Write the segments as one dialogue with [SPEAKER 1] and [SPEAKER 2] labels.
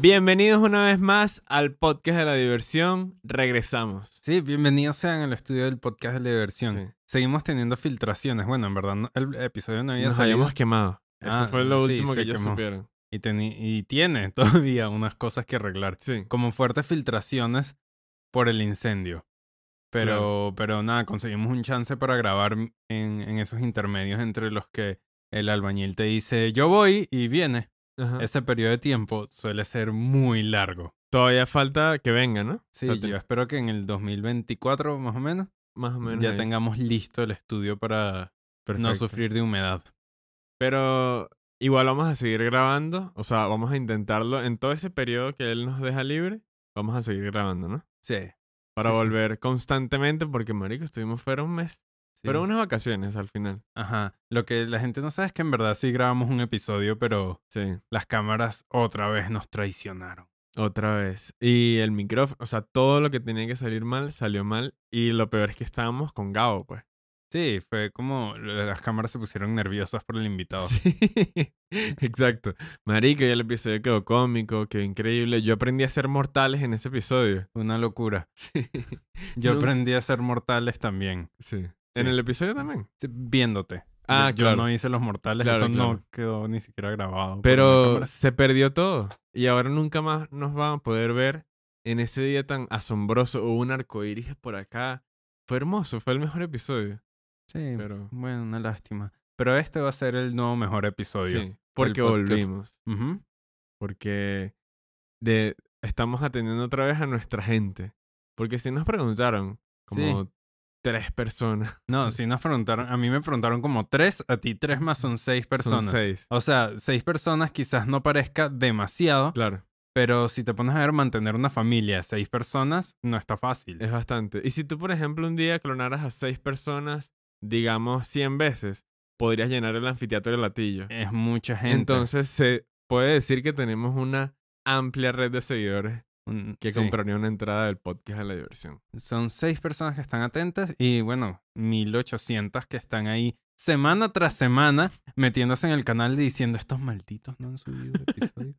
[SPEAKER 1] Bienvenidos una vez más al podcast de la diversión. Regresamos.
[SPEAKER 2] Sí, bienvenidos sean al estudio del podcast de la diversión.
[SPEAKER 1] Sí.
[SPEAKER 2] Seguimos teniendo filtraciones. Bueno, en verdad no- el episodio no había
[SPEAKER 1] Nos
[SPEAKER 2] salido
[SPEAKER 1] habíamos quemado. Eso
[SPEAKER 2] Ah,
[SPEAKER 1] fue lo
[SPEAKER 2] sí,
[SPEAKER 1] último
[SPEAKER 2] se
[SPEAKER 1] que ellos
[SPEAKER 2] quemó.
[SPEAKER 1] supieron.
[SPEAKER 2] y, teni- y tiene todavía unas cosas que arreglar.
[SPEAKER 1] Sí.
[SPEAKER 2] Como fuertes filtraciones por el incendio. Pero, pero nada, conseguimos un chance para grabar en, en esos intermedios entre los que el albañil te dice yo voy y viene.
[SPEAKER 1] Ajá.
[SPEAKER 2] Ese periodo de tiempo suele ser muy largo.
[SPEAKER 1] Todavía falta que venga, ¿no?
[SPEAKER 2] Sí,
[SPEAKER 1] O sea, te-
[SPEAKER 2] yo espero que en el 2024 más o menos
[SPEAKER 1] Más o menos.
[SPEAKER 2] ya
[SPEAKER 1] ahí.
[SPEAKER 2] tengamos listo el estudio para no
[SPEAKER 1] Perfecto.
[SPEAKER 2] sufrir de humedad.
[SPEAKER 1] Pero igual vamos a seguir grabando. O sea, vamos a intentarlo en todo ese periodo que él nos deja libre. Vamos a seguir grabando, ¿no?
[SPEAKER 2] Sí.
[SPEAKER 1] Para
[SPEAKER 2] Sí, sí.
[SPEAKER 1] volver constantemente, porque marico, estuvimos fuera un mes. Pero
[SPEAKER 2] sí.
[SPEAKER 1] unas vacaciones al final.
[SPEAKER 2] Ajá. Lo que la gente no sabe es que en verdad sí grabamos un episodio, pero
[SPEAKER 1] Sí.
[SPEAKER 2] las cámaras otra vez nos traicionaron.
[SPEAKER 1] Otra vez. Y el micrófono, o sea, todo lo que tenía que salir mal salió mal. Y lo peor es que estábamos con Gabo, pues.
[SPEAKER 2] Sí, fue como las cámaras se pusieron nerviosas por el invitado.
[SPEAKER 1] Sí. Exacto. Marico, y el episodio quedó cómico, quedó increíble. Yo aprendí a ser mortales en ese episodio.
[SPEAKER 2] Una locura.
[SPEAKER 1] Sí.
[SPEAKER 2] Yo
[SPEAKER 1] Nunca-
[SPEAKER 2] aprendí a ser mortales también.
[SPEAKER 1] Sí. En el episodio también.
[SPEAKER 2] Sí, Viéndote.
[SPEAKER 1] Ah,
[SPEAKER 2] yo, yo
[SPEAKER 1] claro.
[SPEAKER 2] no hice los mortales,
[SPEAKER 1] Claro,
[SPEAKER 2] eso
[SPEAKER 1] claro.
[SPEAKER 2] no quedó ni siquiera grabado. por la
[SPEAKER 1] Pero
[SPEAKER 2] cámara.
[SPEAKER 1] se perdió todo. Y ahora nunca más nos van a poder ver en ese día tan asombroso. Hubo un arcoíris por acá. Fue hermoso, fue el mejor episodio.
[SPEAKER 2] Sí,
[SPEAKER 1] Pero.
[SPEAKER 2] bueno, una lástima. Pero este va a ser el nuevo mejor episodio.
[SPEAKER 1] Sí, porque
[SPEAKER 2] podcast.
[SPEAKER 1] volvimos.
[SPEAKER 2] Ujú.
[SPEAKER 1] Porque de, estamos atendiendo otra vez a nuestra gente. Porque si nos preguntaron, como tres personas.
[SPEAKER 2] No, sí nos preguntaron, a mí me preguntaron como tres, a ti tres más son seis personas.
[SPEAKER 1] Son seis.
[SPEAKER 2] O sea, seis personas quizás no parezca demasiado,
[SPEAKER 1] Claro,
[SPEAKER 2] pero si te pones a ver mantener una familia de seis personas, no está fácil.
[SPEAKER 1] es bastante. Y si tú, por ejemplo, un día clonaras a seis personas, digamos 100 veces, podrías llenar el anfiteatro de latillo.
[SPEAKER 2] Es mucha Eh, gente.
[SPEAKER 1] Entonces se puede decir que tenemos una amplia red de seguidores
[SPEAKER 2] Un-
[SPEAKER 1] que
[SPEAKER 2] sí.
[SPEAKER 1] compraría una entrada del podcast a la diversión.
[SPEAKER 2] Son seis personas que están atentas y bueno, 1800 que están ahí semana tras semana metiéndose en el canal y diciendo estos malditos no han subido episodio.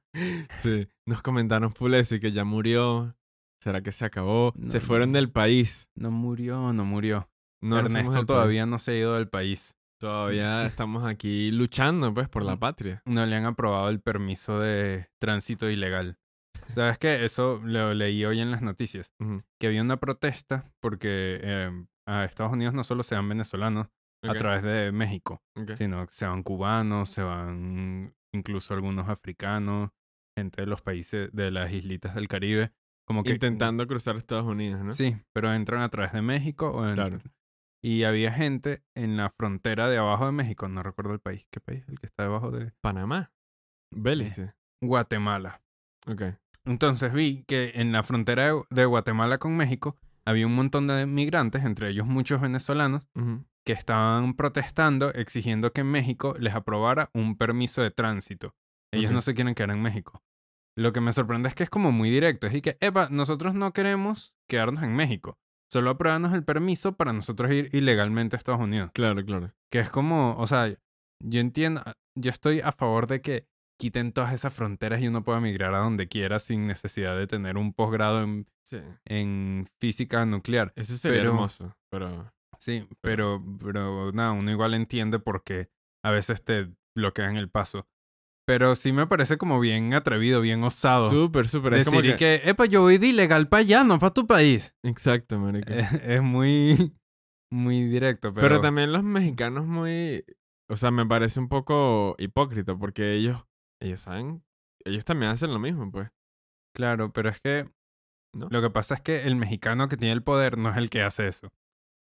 [SPEAKER 1] Sí, nos comentaron full eso y que ya murió. ¿Será que se acabó?
[SPEAKER 2] No,
[SPEAKER 1] se fueron
[SPEAKER 2] no.
[SPEAKER 1] del país.
[SPEAKER 2] No murió, no murió.
[SPEAKER 1] No nos fuimos
[SPEAKER 2] Ernesto
[SPEAKER 1] del país.
[SPEAKER 2] todavía no se ha ido del país.
[SPEAKER 1] Todavía estamos aquí luchando, pues, por la
[SPEAKER 2] Mm.
[SPEAKER 1] patria.
[SPEAKER 2] no le han aprobado el permiso de tránsito ilegal. ¿Sabes qué? Eso lo leí hoy en las noticias,
[SPEAKER 1] Ujú.
[SPEAKER 2] que había una protesta porque eh, a Estados Unidos no solo se van venezolanos
[SPEAKER 1] Ok,
[SPEAKER 2] a través de México,
[SPEAKER 1] ok.
[SPEAKER 2] sino que se van cubanos, se van incluso algunos africanos, gente de los países de las islitas del Caribe, como que
[SPEAKER 1] Intentando cruzar Estados Unidos, ¿no?
[SPEAKER 2] Sí, pero entran a través de México o en-
[SPEAKER 1] Claro.
[SPEAKER 2] Y había gente en la frontera de abajo de México, no recuerdo el país, ¿qué país? El que está debajo de
[SPEAKER 1] Panamá. Bélice.
[SPEAKER 2] Guatemala.
[SPEAKER 1] Ok.
[SPEAKER 2] Entonces vi que en la frontera de- de Guatemala con México había un montón de migrantes, entre ellos muchos venezolanos,
[SPEAKER 1] Ujú.
[SPEAKER 2] que estaban protestando exigiendo que México les aprobara un permiso de tránsito. Ellos
[SPEAKER 1] Ok.
[SPEAKER 2] no se quieren quedar en México. Lo que me sorprende es que es como muy directo. Es y que, epa, nosotros no queremos quedarnos en México. Solo apruébanos el permiso para nosotros ir ilegalmente a Estados Unidos.
[SPEAKER 1] Claro, claro.
[SPEAKER 2] Que es como, o sea, yo entiendo, ah, yo estoy a favor de que quiten todas esas fronteras y uno pueda migrar a donde quiera sin necesidad de tener un posgrado en,
[SPEAKER 1] Sí.
[SPEAKER 2] en física nuclear.
[SPEAKER 1] Eso sería
[SPEAKER 2] Pero-
[SPEAKER 1] hermoso, pero...
[SPEAKER 2] Sí, pero, pero nada, uno igual entiende porque a veces te bloquean el paso. Pero sí me parece como bien atrevido, bien osado.
[SPEAKER 1] Súper, súper. Es como
[SPEAKER 2] decir y que... epa, yo voy de ilegal para allá, no para tu país.
[SPEAKER 1] Exacto, marico.
[SPEAKER 2] Eh, Es, muy, muy directo,
[SPEAKER 1] Pero
[SPEAKER 2] pero...
[SPEAKER 1] también los mexicanos muy... O sea, me parece un poco hipócrita porque ellos... Ellos saben... Ellos también hacen lo mismo, pues.
[SPEAKER 2] Claro, pero es que
[SPEAKER 1] ¿No?
[SPEAKER 2] lo que pasa es que el mexicano que tiene el poder no es el que hace eso.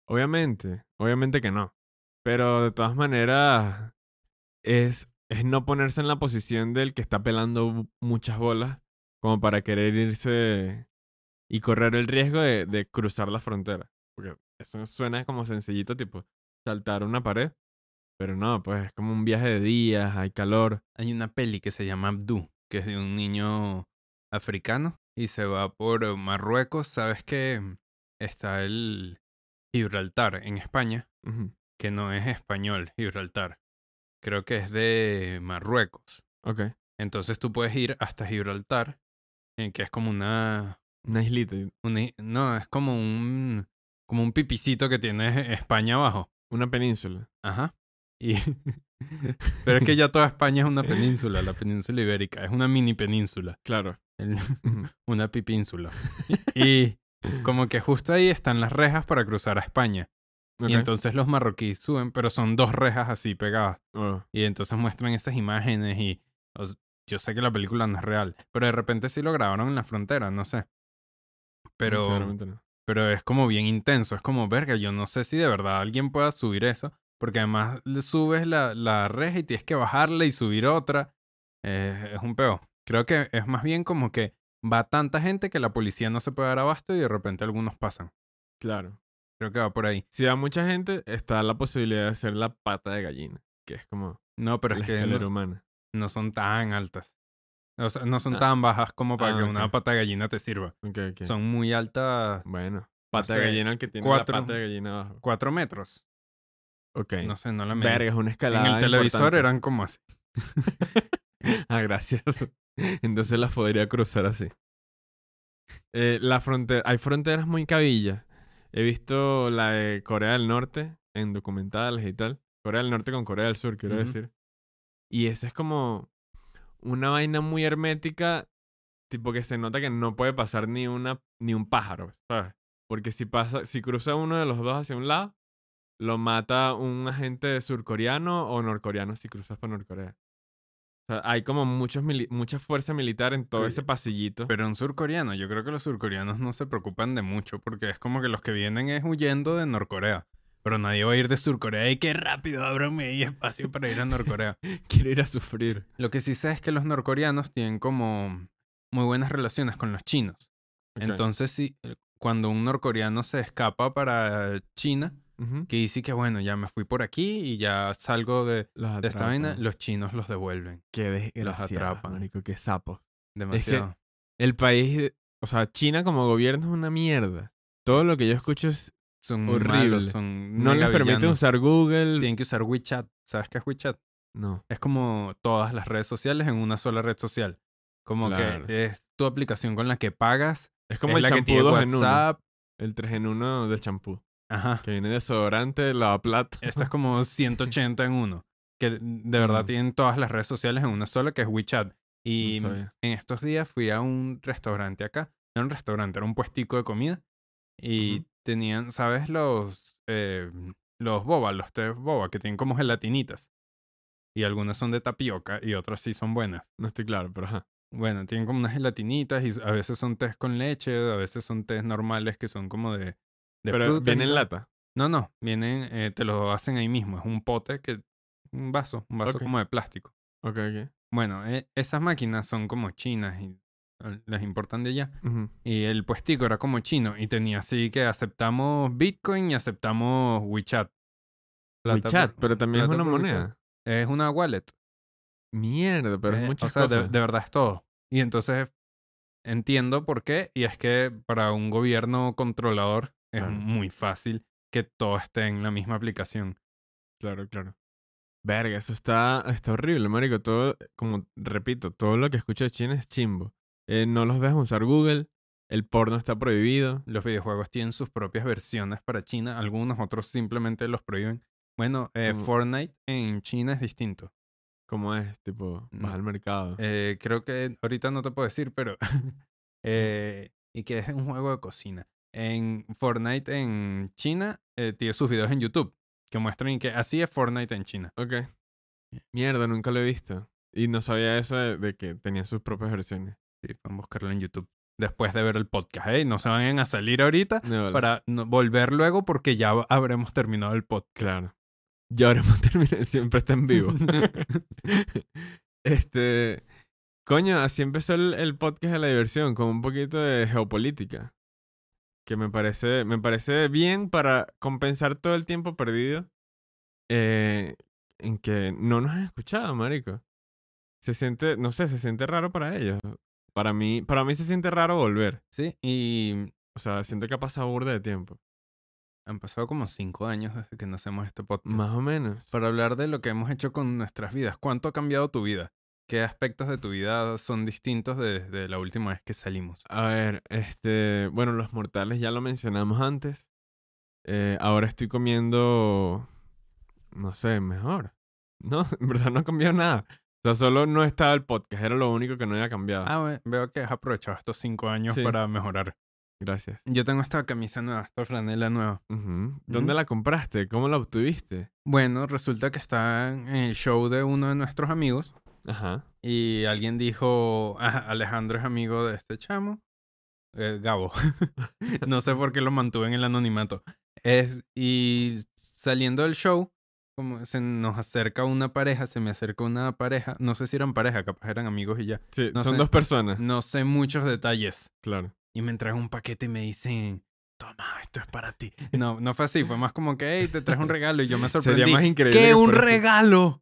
[SPEAKER 1] Obviamente, obviamente que no. Pero de todas maneras, es, es no ponerse en la posición del que está pelando bu- muchas bolas como para querer irse y correr el riesgo de, de cruzar la frontera. Porque eso suena como sencillito, tipo saltar una pared. Pero no, pues es como un viaje de días, hay calor.
[SPEAKER 2] Hay una peli que se llama Abdu, que es de un niño africano y se va por eh, Marruecos. Sabes que está el Gibraltar en España,
[SPEAKER 1] Ujú,
[SPEAKER 2] que no es español, Gibraltar. Creo que es de Marruecos.
[SPEAKER 1] Ok,
[SPEAKER 2] Entonces tú puedes ir hasta Gibraltar eh, que es como una,
[SPEAKER 1] Una islita, y
[SPEAKER 2] una i- No, es como un. Como un pipicito que tiene España abajo.
[SPEAKER 1] una península.
[SPEAKER 2] Ajá. Y. Pero es que ya toda España es una península, la península ibérica. Es una mini península.
[SPEAKER 1] Claro.
[SPEAKER 2] el-
[SPEAKER 1] Ujú.
[SPEAKER 2] una pipinsula. Y como que justo ahí están las rejas para cruzar a España.
[SPEAKER 1] Ok.
[SPEAKER 2] Y entonces los marroquíes suben, pero son dos rejas así pegadas.
[SPEAKER 1] Oh,
[SPEAKER 2] Y entonces muestran esas imágenes y o s- yo sé que la película no es real, pero de repente sí lo grabaron en la frontera, no sé. Pero,
[SPEAKER 1] seguramente no.
[SPEAKER 2] pero es como bien intenso, es como, verga, yo no sé si de verdad alguien pueda subir eso, porque además le subes la, la reja y tienes que bajarla y subir otra. Eh, es un peo. Creo que es más bien como que va tanta gente que la policía no se puede dar abasto y de repente algunos pasan.
[SPEAKER 1] Claro.
[SPEAKER 2] Creo que va por ahí.
[SPEAKER 1] Si va mucha gente, está la posibilidad de hacer la pata de gallina, que es como
[SPEAKER 2] No, pero
[SPEAKER 1] la
[SPEAKER 2] es que
[SPEAKER 1] escalera
[SPEAKER 2] no-
[SPEAKER 1] humana.
[SPEAKER 2] no son tan altas. O sea, no son
[SPEAKER 1] Ah.
[SPEAKER 2] tan bajas como para
[SPEAKER 1] Ah,
[SPEAKER 2] que
[SPEAKER 1] ok.
[SPEAKER 2] una pata de gallina te sirva.
[SPEAKER 1] Ok, ok.
[SPEAKER 2] Son muy altas,
[SPEAKER 1] Bueno, pata de
[SPEAKER 2] sé,
[SPEAKER 1] gallina el que tiene
[SPEAKER 2] cuatro-
[SPEAKER 1] la pata de gallina abajo.
[SPEAKER 2] cuatro metros.
[SPEAKER 1] Ok.
[SPEAKER 2] No sé, no la medí.
[SPEAKER 1] Verga, es una
[SPEAKER 2] En
[SPEAKER 1] escalada.
[SPEAKER 2] el televisor
[SPEAKER 1] importante.
[SPEAKER 2] eran como así.
[SPEAKER 1] ah, gracias. Entonces las podría cruzar así. Eh, la frontera, hay fronteras muy cabillas. He visto la de Corea del Norte en documentales y tal. Corea del Norte con Corea del Sur, quiero
[SPEAKER 2] Ujú.
[SPEAKER 1] decir. Y esa es como una vaina muy hermética, tipo que se nota que no puede pasar ni una ni un pájaro, ¿sabes? Porque si pasa, si cruza uno de los dos hacia un lado, lo mata un agente surcoreano o norcoreano si cruzas por Norcorea. O sea, hay como muchos mili- mucha fuerza militar en todo
[SPEAKER 2] Oye,
[SPEAKER 1] ese pasillito.
[SPEAKER 2] Pero un surcoreano, yo creo que los surcoreanos no se preocupan de mucho porque es como que los que vienen es huyendo de Norcorea. Pero nadie va a ir de Surcorea y qué rápido, ábrame ahí espacio para ir a Norcorea.
[SPEAKER 1] Quiero ir a sufrir.
[SPEAKER 2] Lo que sí sé es que los norcoreanos tienen como muy buenas relaciones con los chinos.
[SPEAKER 1] Ok.
[SPEAKER 2] Entonces, sí, eh, cuando un norcoreano se escapa para China,
[SPEAKER 1] Ujú.
[SPEAKER 2] que dice que bueno, ya me fui por aquí y ya salgo de,
[SPEAKER 1] Los
[SPEAKER 2] de esta vaina,
[SPEAKER 1] atrapan.
[SPEAKER 2] los chinos los devuelven.
[SPEAKER 1] Qué desgraciados,
[SPEAKER 2] atrapan.
[SPEAKER 1] marico, qué sapos.
[SPEAKER 2] Demasiado.
[SPEAKER 1] El país, de- o sea, China como gobierno es una mierda. Todo lo que yo escucho es,
[SPEAKER 2] son muy malos,
[SPEAKER 1] horrible.
[SPEAKER 2] son
[SPEAKER 1] no les
[SPEAKER 2] mega
[SPEAKER 1] permite
[SPEAKER 2] villanos.
[SPEAKER 1] usar Google.
[SPEAKER 2] Tienen que usar WeChat. ¿Sabes qué es WeChat?
[SPEAKER 1] No.
[SPEAKER 2] Es como todas las redes sociales en una sola red social. Como
[SPEAKER 1] Claro.
[SPEAKER 2] que es tu aplicación con la que pagas.
[SPEAKER 1] Es
[SPEAKER 2] Como
[SPEAKER 1] como
[SPEAKER 2] la
[SPEAKER 1] el
[SPEAKER 2] que tiene
[SPEAKER 1] champú 2 en 1.
[SPEAKER 2] WhatsApp.
[SPEAKER 1] El 3 en 1 del champú.
[SPEAKER 2] Ajá.
[SPEAKER 1] Que viene desodorante, lavaplato.
[SPEAKER 2] Esta es como 180 en uno. Que de verdad
[SPEAKER 1] Mm.
[SPEAKER 2] tienen todas las redes sociales en una sola, que es WeChat. Y
[SPEAKER 1] No sabía.
[SPEAKER 2] en estos días fui a un restaurante acá. No era un restaurante, era un puestico de comida. Y
[SPEAKER 1] Ujú.
[SPEAKER 2] tenían, ¿sabes? Los, eh, los boba, los tés boba, que tienen como gelatinitas. Y algunas son de tapioca y otras sí son buenas.
[SPEAKER 1] No estoy claro, pero ajá.
[SPEAKER 2] Bueno, tienen como unas gelatinitas y a veces son tés con leche, a veces son tés normales que son como de, de
[SPEAKER 1] Pero
[SPEAKER 2] frutas y
[SPEAKER 1] viene en
[SPEAKER 2] tal.
[SPEAKER 1] lata.
[SPEAKER 2] No, no, vienen, eh, te lo hacen ahí mismo. Es un pote que. Un vaso, un vaso
[SPEAKER 1] Ok.
[SPEAKER 2] como de plástico.
[SPEAKER 1] Ok, ok.
[SPEAKER 2] Bueno, e- esas máquinas son como chinas y eh, las importan de allá.
[SPEAKER 1] Ujú.
[SPEAKER 2] Y el puestico era como chino y tenía así que aceptamos Bitcoin y aceptamos WeChat. Plata
[SPEAKER 1] WeChat,
[SPEAKER 2] por-
[SPEAKER 1] pero también es
[SPEAKER 2] plata
[SPEAKER 1] una
[SPEAKER 2] por WeChat.
[SPEAKER 1] moneda.
[SPEAKER 2] Es una wallet.
[SPEAKER 1] Mierda, pero
[SPEAKER 2] Eh,
[SPEAKER 1] es muchas
[SPEAKER 2] o sea, de-
[SPEAKER 1] cosas.
[SPEAKER 2] De, verdad es todo. Y entonces entiendo por qué. Y es que para un gobierno controlador es
[SPEAKER 1] Claro.
[SPEAKER 2] muy fácil que todo esté en la misma aplicación.
[SPEAKER 1] Claro, claro. Verga, eso está, está horrible, marico. Todo, como repito, todo lo que escucho de China es chimbo. Eh, no los dejan usar Google. El porno está prohibido.
[SPEAKER 2] Los videojuegos tienen sus propias versiones para China, algunos otros simplemente los prohíben. Bueno, eh,
[SPEAKER 1] Mm.
[SPEAKER 2] Fortnite en China es distinto.
[SPEAKER 1] ¿Cómo es? Tipo, vas
[SPEAKER 2] No.
[SPEAKER 1] al mercado.
[SPEAKER 2] Eh, creo que ahorita no te puedo decir, pero...
[SPEAKER 1] Mm.
[SPEAKER 2] eh, y que es un juego de cocina. En Fortnite en China eh, tiene sus videos en YouTube que muestran y que así es Fortnite en China.
[SPEAKER 1] Ok. Mierda, nunca lo he visto. Y no sabía eso de, de que tenía sus propias versiones.
[SPEAKER 2] Sí, pueden buscarlo en YouTube después de ver el podcast. ¿eh? No se vayan a salir ahorita
[SPEAKER 1] No, vale.
[SPEAKER 2] para no- volver luego porque ya habremos terminado el podcast.
[SPEAKER 1] Claro. Y ahora hemos terminado, siempre está en vivo. este. Coño, así empezó el, el podcast de la diversión, con un poquito de geopolítica. Que me parece, me parece bien para compensar todo el tiempo perdido eh, en que no nos han escuchado, marico. Se siente, no sé, se siente raro para ellos. Para mí, para mí se siente raro volver.
[SPEAKER 2] Sí, y
[SPEAKER 1] O sea, siento que ha pasado burda de tiempo.
[SPEAKER 2] han pasado como cinco años desde que no hacemos este podcast.
[SPEAKER 1] Más o menos.
[SPEAKER 2] Para hablar de lo que hemos hecho con nuestras vidas. ¿Cuánto ha cambiado tu vida? ¿Qué aspectos de tu vida son distintos desde de la última vez que salimos?
[SPEAKER 1] A ver, este, bueno, los mortales ya lo mencionamos antes. Eh, ahora estoy comiendo, no sé, mejor. No, en verdad no ha cambiado nada. O sea, solo no estaba el podcast, era lo único que no había cambiado.
[SPEAKER 2] Ah, ve- veo que has aprovechado estos cinco años
[SPEAKER 1] Sí.
[SPEAKER 2] para mejorar.
[SPEAKER 1] Gracias.
[SPEAKER 2] Yo tengo esta camisa nueva, esta franela nueva.
[SPEAKER 1] Ujú. ¿Dónde la compraste? ¿Cómo la obtuviste?
[SPEAKER 2] Bueno, resulta que está en el show de uno de nuestros amigos
[SPEAKER 1] Ajá.
[SPEAKER 2] y alguien dijo, "Ah, Alejandro es amigo de este chamo. Eh, Gabo. no sé por qué lo mantuve en el anonimato. Es, y saliendo del show, como se nos acerca una pareja, se me acerca una pareja. No sé si eran pareja, capaz eran amigos y ya.
[SPEAKER 1] Sí,
[SPEAKER 2] No
[SPEAKER 1] son
[SPEAKER 2] sé.
[SPEAKER 1] dos personas.
[SPEAKER 2] No sé muchos detalles.
[SPEAKER 1] Claro.
[SPEAKER 2] y me traen un paquete y me dicen, toma, esto es para ti. No, no fue así, fue más como que, hey, te traje un regalo y yo me sorprendí.
[SPEAKER 1] Sería más increíble.
[SPEAKER 2] ¡Qué
[SPEAKER 1] que
[SPEAKER 2] un
[SPEAKER 1] fuera así.
[SPEAKER 2] regalo!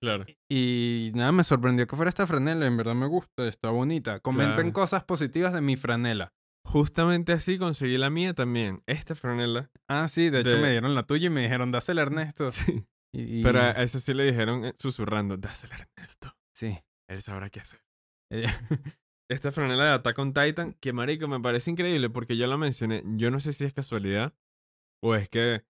[SPEAKER 1] Claro.
[SPEAKER 2] Y nada, me sorprendió que fuera esta franela, en verdad me gusta, está bonita. Comenten
[SPEAKER 1] Claro.
[SPEAKER 2] cosas positivas de mi franela.
[SPEAKER 1] Justamente así conseguí la mía también. Esta franela.
[SPEAKER 2] Ah, sí, de hecho
[SPEAKER 1] De-
[SPEAKER 2] me dieron la tuya y me dijeron, dásela a Ernesto.
[SPEAKER 1] Sí.
[SPEAKER 2] Y, y-
[SPEAKER 1] Pero a eso sí le dijeron eh, susurrando, dásela a Ernesto.
[SPEAKER 2] Sí.
[SPEAKER 1] Él sabrá qué hacer.
[SPEAKER 2] Eh,
[SPEAKER 1] Esta franela de Attack on Titan, que marico, me parece increíble porque yo la mencioné. Yo no sé si es casualidad o es que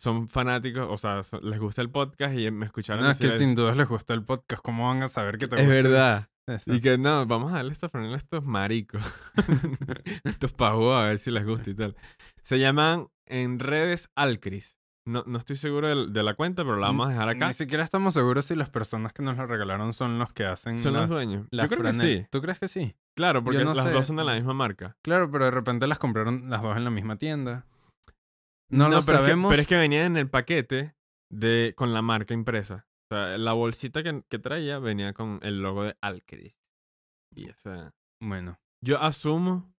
[SPEAKER 1] son fanáticos, o sea, son- les gusta el podcast y me escucharon
[SPEAKER 2] no, es
[SPEAKER 1] decir
[SPEAKER 2] que
[SPEAKER 1] eso.
[SPEAKER 2] sin dudas les gustó el podcast, ¿cómo van a saber que te
[SPEAKER 1] Es
[SPEAKER 2] gusta?
[SPEAKER 1] verdad.
[SPEAKER 2] Eso.
[SPEAKER 1] Y que no, vamos a darle esta franela a estos maricos. estos pavos, a ver si les gusta y tal. Se llaman en redes Alcris. No, no estoy seguro del- de, la cuenta, pero la vamos a dejar acá.
[SPEAKER 2] Ni siquiera estamos seguros si las personas que nos lo regalaron son los que hacen
[SPEAKER 1] Son
[SPEAKER 2] la,
[SPEAKER 1] los dueños.
[SPEAKER 2] la
[SPEAKER 1] Yo creo
[SPEAKER 2] franela.
[SPEAKER 1] que sí.
[SPEAKER 2] ¿Tú crees que sí?
[SPEAKER 1] Claro, porque
[SPEAKER 2] no
[SPEAKER 1] las
[SPEAKER 2] sé.
[SPEAKER 1] dos son de la misma marca.
[SPEAKER 2] Claro, pero de repente las compraron las dos en la misma tienda. No, lo
[SPEAKER 1] pero Es que,
[SPEAKER 2] sabemos.
[SPEAKER 1] pero es que venía en el paquete de, con la marca impresa. O sea, la bolsita que, que traía venía con el logo de Alcris. Y esa...
[SPEAKER 2] Bueno,
[SPEAKER 1] Yo asumo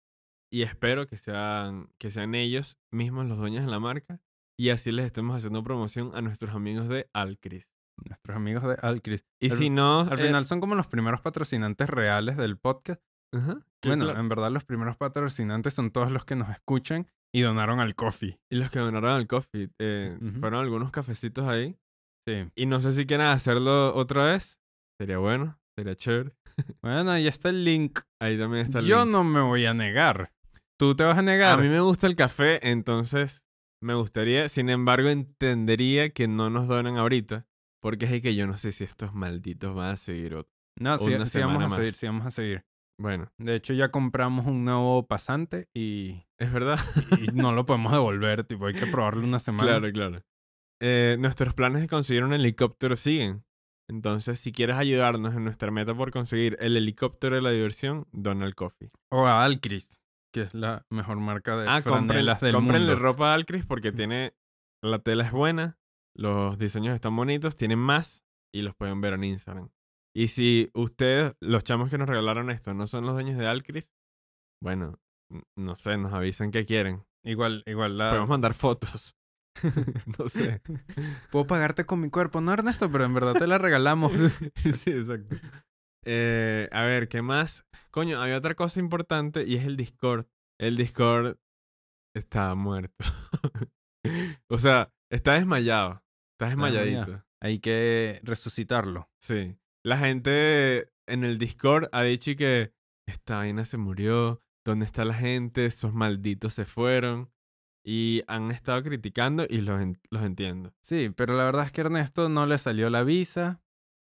[SPEAKER 1] y espero que sean, que sean ellos mismos los dueños de la marca y así les estemos haciendo promoción a nuestros amigos de Alcris.
[SPEAKER 2] nuestros amigos de Alcris.
[SPEAKER 1] Y
[SPEAKER 2] Al-
[SPEAKER 1] si no...
[SPEAKER 2] Al
[SPEAKER 1] eh,
[SPEAKER 2] final son como los primeros patrocinantes reales del podcast.
[SPEAKER 1] ajá, que
[SPEAKER 2] Bueno, em
[SPEAKER 1] claro,
[SPEAKER 2] en verdad los primeros patrocinantes son todos los que nos escuchan y donaron al coffee.
[SPEAKER 1] y los que donaron al coffee, eh,
[SPEAKER 2] Ujú.
[SPEAKER 1] fueron algunos cafecitos ahí.
[SPEAKER 2] Sí.
[SPEAKER 1] Y no sé si quieren hacerlo otra vez. Sería bueno, sería chévere.
[SPEAKER 2] Bueno, ahí está el link.
[SPEAKER 1] Ahí también está el
[SPEAKER 2] Yo
[SPEAKER 1] link.
[SPEAKER 2] no me voy a negar. Tú te vas a
[SPEAKER 1] A
[SPEAKER 2] negar.
[SPEAKER 1] mí me gusta el café, entonces me gustaría, sin embargo, entendería que no nos donan ahorita. Porque es que yo no sé si estos malditos van a seguir otro.
[SPEAKER 2] No, sí,
[SPEAKER 1] Una
[SPEAKER 2] sí vamos
[SPEAKER 1] semana
[SPEAKER 2] a seguir,
[SPEAKER 1] más.
[SPEAKER 2] sí vamos a seguir.
[SPEAKER 1] Bueno,
[SPEAKER 2] De hecho, ya compramos un nuevo pasante y,
[SPEAKER 1] es verdad.
[SPEAKER 2] y no lo podemos devolver. Tipo, hay que probarlo una semana.
[SPEAKER 1] Claro, claro. Eh, nuestros planes de conseguir un helicóptero siguen. Entonces, si quieres ayudarnos en nuestra meta por conseguir el helicóptero de la diversión, dona el coffee.
[SPEAKER 2] O a Alcris, que es la mejor marca de
[SPEAKER 1] Ah, compren,
[SPEAKER 2] franelas del
[SPEAKER 1] cómprenle
[SPEAKER 2] mundo.
[SPEAKER 1] ropa a Alcris porque tiene. La tela es buena, los diseños están bonitos, tienen más y los pueden ver en Instagram. Y si ustedes, los chamos que nos regalaron esto, no son los dueños de Alcris, bueno, n- no sé, nos avisan qué quieren.
[SPEAKER 2] Igual, igual la...
[SPEAKER 1] Podemos mandar fotos. no sé.
[SPEAKER 2] Puedo pagarte con mi cuerpo, no Ernesto, pero en verdad te la regalamos.
[SPEAKER 1] sí, exacto. Eh, a ver, ¿qué más? Coño, había otra cosa importante y es el Discord. El Discord está muerto. o sea, está desmayado. Está desmayadito.
[SPEAKER 2] Hay que resucitarlo.
[SPEAKER 1] Sí. La gente en el Discord ha dicho y que esta vaina se murió. ¿Dónde está la gente? Esos malditos se fueron. Y han estado criticando y los, en- los entiendo.
[SPEAKER 2] Sí, pero la verdad es que Ernesto no le salió la visa,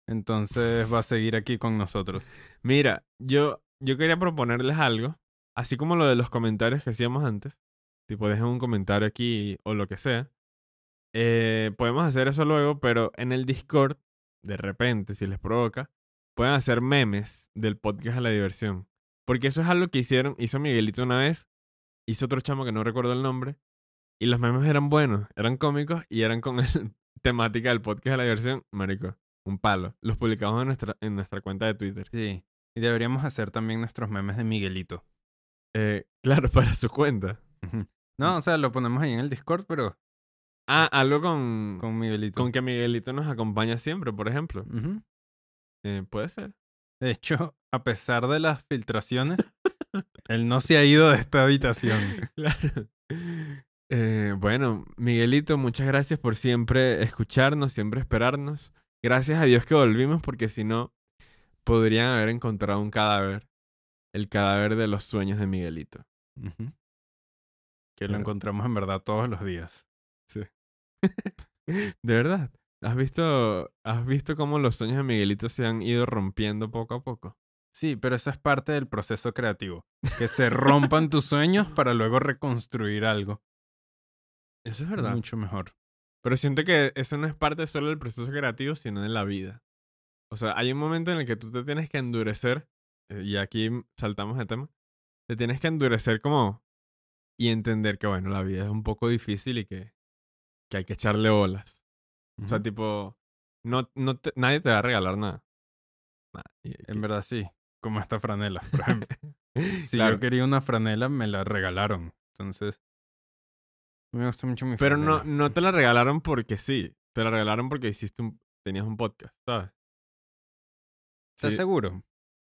[SPEAKER 2] entonces va a seguir aquí con nosotros.
[SPEAKER 1] Mira, yo, yo quería proponerles algo, así como lo de los comentarios que hacíamos antes, tipo dejen un comentario aquí o lo que sea. Eh, podemos hacer eso luego, pero en el Discord, de repente, si les provoca, pueden hacer memes del podcast a la diversión. Porque eso es algo que hicieron, hizo Miguelito una vez, hizo otro chamo que no recuerdo el nombre, y los memes eran buenos, eran cómicos y eran con el temática del podcast a la diversión, marico, un palo. Los publicamos en nuestra, en nuestra cuenta de Twitter.
[SPEAKER 2] Sí. Y deberíamos hacer también nuestros memes de Miguelito.
[SPEAKER 1] Eh, claro, para su cuenta.
[SPEAKER 2] No, o sea, lo ponemos ahí en el Discord, pero
[SPEAKER 1] Ah, algo con, con,
[SPEAKER 2] Mm. con Miguelito.
[SPEAKER 1] que Miguelito nos acompaña siempre, por ejemplo.
[SPEAKER 2] Ujú.
[SPEAKER 1] Eh, Puede ser.
[SPEAKER 2] De hecho, a pesar de las filtraciones, él no se ha ido de esta habitación.
[SPEAKER 1] Claro. Eh, bueno, Miguelito, muchas gracias por siempre escucharnos, siempre esperarnos. Gracias a Dios que volvimos, porque si no, podrían haber encontrado un cadáver. El cadáver de los sueños de Miguelito.
[SPEAKER 2] Ujú. Que lo
[SPEAKER 1] Claro.
[SPEAKER 2] encontramos en verdad todos los días.
[SPEAKER 1] De verdad. ¿Has visto, ¿Has visto cómo los sueños de Miguelito se han ido rompiendo poco a poco?
[SPEAKER 2] Sí, pero eso es parte del proceso creativo. Que se rompan tus sueños para luego reconstruir algo.
[SPEAKER 1] Eso es
[SPEAKER 2] Mucho mejor.
[SPEAKER 1] Pero siento que eso no es parte solo del proceso creativo, sino de la vida. O sea, hay un momento en el que tú te tienes que endurecer, eh, y aquí saltamos de tema, te tienes que endurecer como y entender que, bueno, la vida es un poco difícil y que, que hay que echarle bolas. O sea,
[SPEAKER 2] Ujú.
[SPEAKER 1] tipo, no, no te- nadie te va a regalar nada. Nada. Y-
[SPEAKER 2] Eh, En verdad sí. Como esta franela, por ejemplo. Si
[SPEAKER 1] Claro.
[SPEAKER 2] yo quería una franela, me la regalaron. Entonces. Me gusta mucho mi
[SPEAKER 1] Pero no,
[SPEAKER 2] franela.
[SPEAKER 1] no te la regalaron porque sí. Te la regalaron porque hiciste un, tenías un podcast, ¿sabes?
[SPEAKER 2] ¿Estás
[SPEAKER 1] Sí.
[SPEAKER 2] seguro?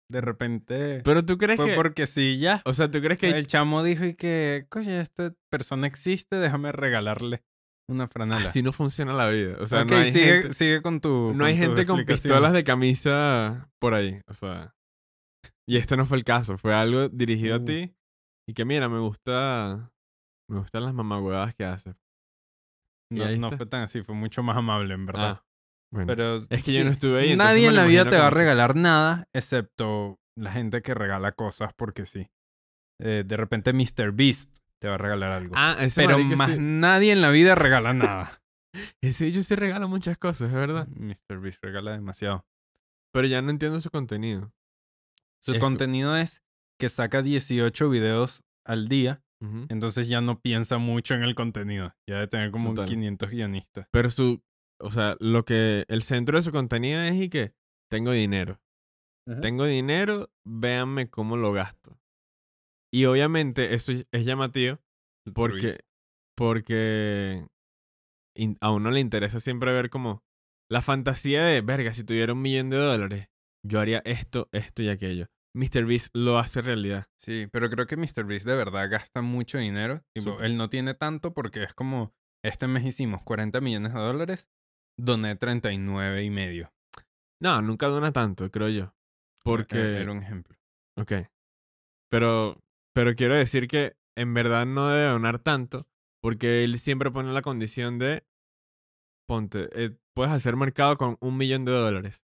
[SPEAKER 2] De repente.
[SPEAKER 1] Pero tú crees
[SPEAKER 2] fue
[SPEAKER 1] que...
[SPEAKER 2] porque sí, ya.
[SPEAKER 1] O sea, ¿tú crees que
[SPEAKER 2] El chamo dijo y que, coño, esta persona existe, déjame regalarle una franela.
[SPEAKER 1] así no funciona la vida? O sea,
[SPEAKER 2] Ah, Ok,
[SPEAKER 1] no hay
[SPEAKER 2] sigue,
[SPEAKER 1] gente,
[SPEAKER 2] sigue con tu.
[SPEAKER 1] no hay
[SPEAKER 2] tu
[SPEAKER 1] gente con
[SPEAKER 2] explicación.
[SPEAKER 1] pistolas de camisa por ahí. O sea, y este no fue el caso. Fue algo dirigido
[SPEAKER 2] Uh.
[SPEAKER 1] a ti y que mira, me gusta, me gustan las mamagüevadas que haces. y ahí
[SPEAKER 2] No, no
[SPEAKER 1] está.
[SPEAKER 2] fue tan así, fue mucho más amable, en verdad.
[SPEAKER 1] Ah, bueno.
[SPEAKER 2] Pero
[SPEAKER 1] es que yo
[SPEAKER 2] sí,
[SPEAKER 1] no estuve ahí. entonces
[SPEAKER 2] Nadie
[SPEAKER 1] me
[SPEAKER 2] en
[SPEAKER 1] lo
[SPEAKER 2] la vida
[SPEAKER 1] imagino
[SPEAKER 2] te va a
[SPEAKER 1] como que-
[SPEAKER 2] regalar nada, excepto la gente que regala cosas porque sí. Eh, de repente Mr. Beast te va a regalar algo.
[SPEAKER 1] Ah, ese
[SPEAKER 2] Pero
[SPEAKER 1] marico
[SPEAKER 2] más
[SPEAKER 1] sí-
[SPEAKER 2] nadie en la vida regala nada.
[SPEAKER 1] Ese yo sí regala muchas cosas, es verdad.
[SPEAKER 2] Mr. Beast regala demasiado.
[SPEAKER 1] Pero ya no entiendo su contenido.
[SPEAKER 2] Su
[SPEAKER 1] Es co-
[SPEAKER 2] contenido es que saca 18 videos al día,
[SPEAKER 1] Ujú.
[SPEAKER 2] entonces ya no piensa mucho en el contenido. Ya debe tener como
[SPEAKER 1] Total.
[SPEAKER 2] 500 guionistas.
[SPEAKER 1] Pero su, o sea, lo que el centro de su contenido es y que tengo dinero.
[SPEAKER 2] Ujú.
[SPEAKER 1] Tengo dinero, véanme cómo lo gasto. Y obviamente eso es es llamativo porque,
[SPEAKER 2] Altruista.
[SPEAKER 1] porque in- a uno le interesa siempre ver como la fantasía de, verga, si tuviera un millón de dólares, yo haría esto, esto y aquello. Mr. Beast lo hace realidad.
[SPEAKER 2] Sí, pero creo que Mr. Beast de verdad gasta mucho dinero. Tipo,
[SPEAKER 1] Súper.
[SPEAKER 2] él no tiene tanto porque es como, este mes hicimos 40 millones de dólares, doné 39 y medio.
[SPEAKER 1] No, nunca dona tanto, creo yo. Porque...
[SPEAKER 2] Eh, Era un ejemplo.
[SPEAKER 1] Ok. Pero, pero quiero decir que en verdad no debe donar tanto, porque él siempre pone la condición de, ponte, eh, puedes hacer mercado con un millón de dólares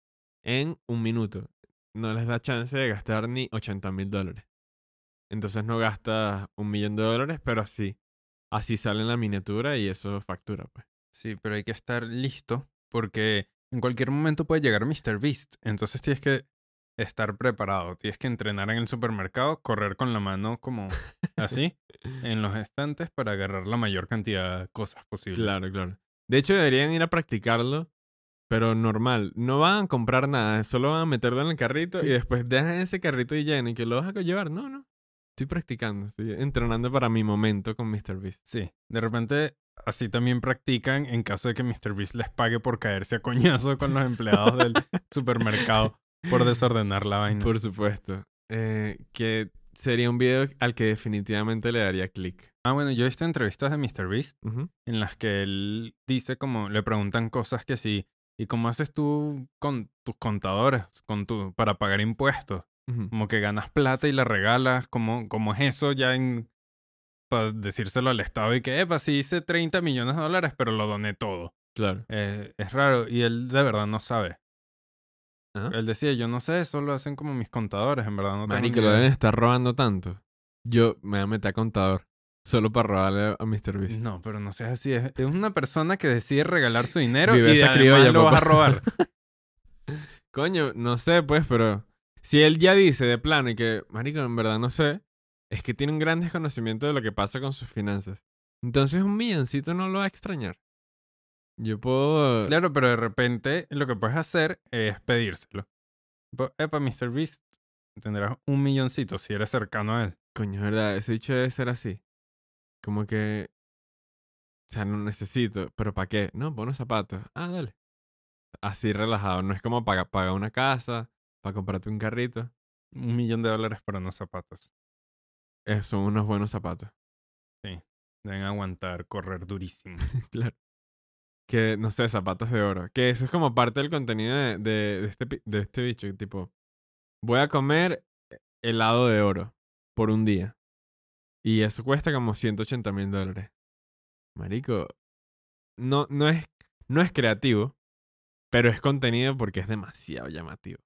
[SPEAKER 1] en un minuto. No les da chance de gastar ni 80 mil dólares. Entonces no gastas un millón de dólares, pero así. Así sale en la miniatura y eso factura, pues.
[SPEAKER 2] Sí, pero hay que estar listo porque en cualquier momento puede llegar Mr. Beast. Entonces tienes que estar preparado. Tienes que entrenar en el supermercado, correr con la mano como así en los estantes para agarrar la mayor cantidad de cosas posibles.
[SPEAKER 1] Claro, claro. De hecho, deberían ir a practicarlo, pero normal. No van a comprar nada, solo van a meterlo en el carrito y después dejan ese carrito y lleno y que lo vas a llevar. No, no. Estoy practicando, estoy entrenando para mi momento con Mr. Beast.
[SPEAKER 2] Sí, de repente así también practican en caso de que Mr. Beast les pague por caerse a coñazo con los empleados del supermercado por desordenar la vaina.
[SPEAKER 1] Por supuesto. Eh, que sería un video al que definitivamente le daría clic.
[SPEAKER 2] Ah, bueno, yo he visto entrevistas de Mr. Beast
[SPEAKER 1] Ujú.
[SPEAKER 2] en las que él dice como le preguntan cosas que sí, ¿y cómo haces tú con tus contadores con tu para pagar impuestos?
[SPEAKER 1] Ujú.
[SPEAKER 2] Como que ganas plata y la regalas, ¿cómo, cómo es eso ya en para decírselo al Estado y que, epa, sí hice 30 millones de dólares, pero lo doné todo.
[SPEAKER 1] Claro.
[SPEAKER 2] Eh, es raro y él de verdad no sabe.
[SPEAKER 1] Ah.
[SPEAKER 2] Él decía, yo no sé, eso lo hacen como mis contadores, en verdad no tengo
[SPEAKER 1] Marico,
[SPEAKER 2] ni
[SPEAKER 1] lo
[SPEAKER 2] idea".
[SPEAKER 1] deben estar robando tanto. Yo me voy a meter a contador. Solo para robarle a Mr. Beast.
[SPEAKER 2] No, pero no seas así. Es, es una persona que decide regalar su dinero
[SPEAKER 1] Vive
[SPEAKER 2] y
[SPEAKER 1] esa
[SPEAKER 2] además
[SPEAKER 1] criolla,
[SPEAKER 2] lo vas a
[SPEAKER 1] papá.
[SPEAKER 2] robar.
[SPEAKER 1] Coño, no sé, pues, pero si él ya dice de plano y que, marico, en verdad no sé, es que tiene un gran desconocimiento de lo que pasa con sus finanzas. Entonces un milloncito no lo va a extrañar. Yo puedo...
[SPEAKER 2] claro, pero de repente lo que puedes hacer es pedírselo. Tipo, Epa, Mr. Beast, tendrás un milloncito si eres cercano a él.
[SPEAKER 1] Coño, es verdad, ese dicho debe ser así. Como que... O sea, no necesito, pero ¿para qué? No, pon unos zapatos. Ah, dale. Así relajado, no es como para pagar una casa, para comprarte un carrito.
[SPEAKER 2] Un millón de dólares para unos zapatos.
[SPEAKER 1] Eh, son unos buenos zapatos.
[SPEAKER 2] Deben aguantar, correr durísimo.
[SPEAKER 1] Claro. Que, no sé, zapatos de oro. Que eso es como parte del contenido de, de- de este, pi- de este bicho. que Tipo, voy a comer helado de oro por un día. Y eso cuesta como 180 mil dólares. Marico, no, no, es, no es creativo, pero es contenido porque es demasiado llamativo.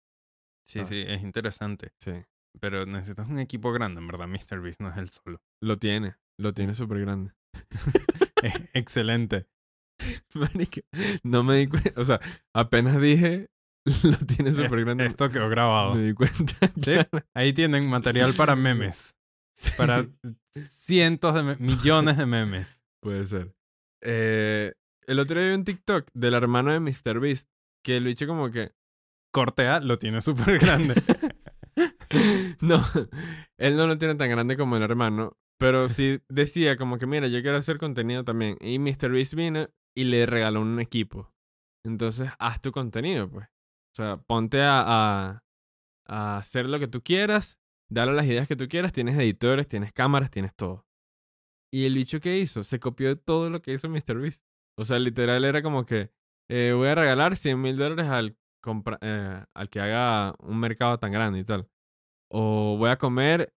[SPEAKER 2] Sí,
[SPEAKER 1] Ah.
[SPEAKER 2] sí, es interesante.
[SPEAKER 1] Sí.
[SPEAKER 2] Pero necesitas un equipo grande, en verdad. Mr. Beast no es el solo.
[SPEAKER 1] Lo tiene, lo tiene súper grande.
[SPEAKER 2] Eh, Excelente.
[SPEAKER 1] Marico, no me di cuenta. O sea, apenas dije, lo tiene súper grande.
[SPEAKER 2] Esto quedó
[SPEAKER 1] Me
[SPEAKER 2] grabado.
[SPEAKER 1] di cuenta.
[SPEAKER 2] Sí. Ahí tienen material para memes. Para cientos de me- millones de memes.
[SPEAKER 1] Puede ser. Eh, el otro día vi un TikTok del hermano de Mr. Beast que lo hice como que.
[SPEAKER 2] Cortea lo tiene súper grande.
[SPEAKER 1] no, él no lo tiene tan grande como el hermano, pero sí decía como que, mira, yo quiero hacer contenido también. Y Mr. Beast vino y le regaló un equipo. Entonces, haz tu contenido, pues. O sea, ponte a, a- a hacer lo que tú quieras, dale las ideas que tú quieras, tienes editores, tienes cámaras, tienes todo. Y el bicho que hizo, se copió de todo lo que hizo Mr. Beast. O sea, literal era como que eh, voy a regalar 100 mil dólares al, compra- eh, al que haga un mercado tan grande y tal. O voy a comer,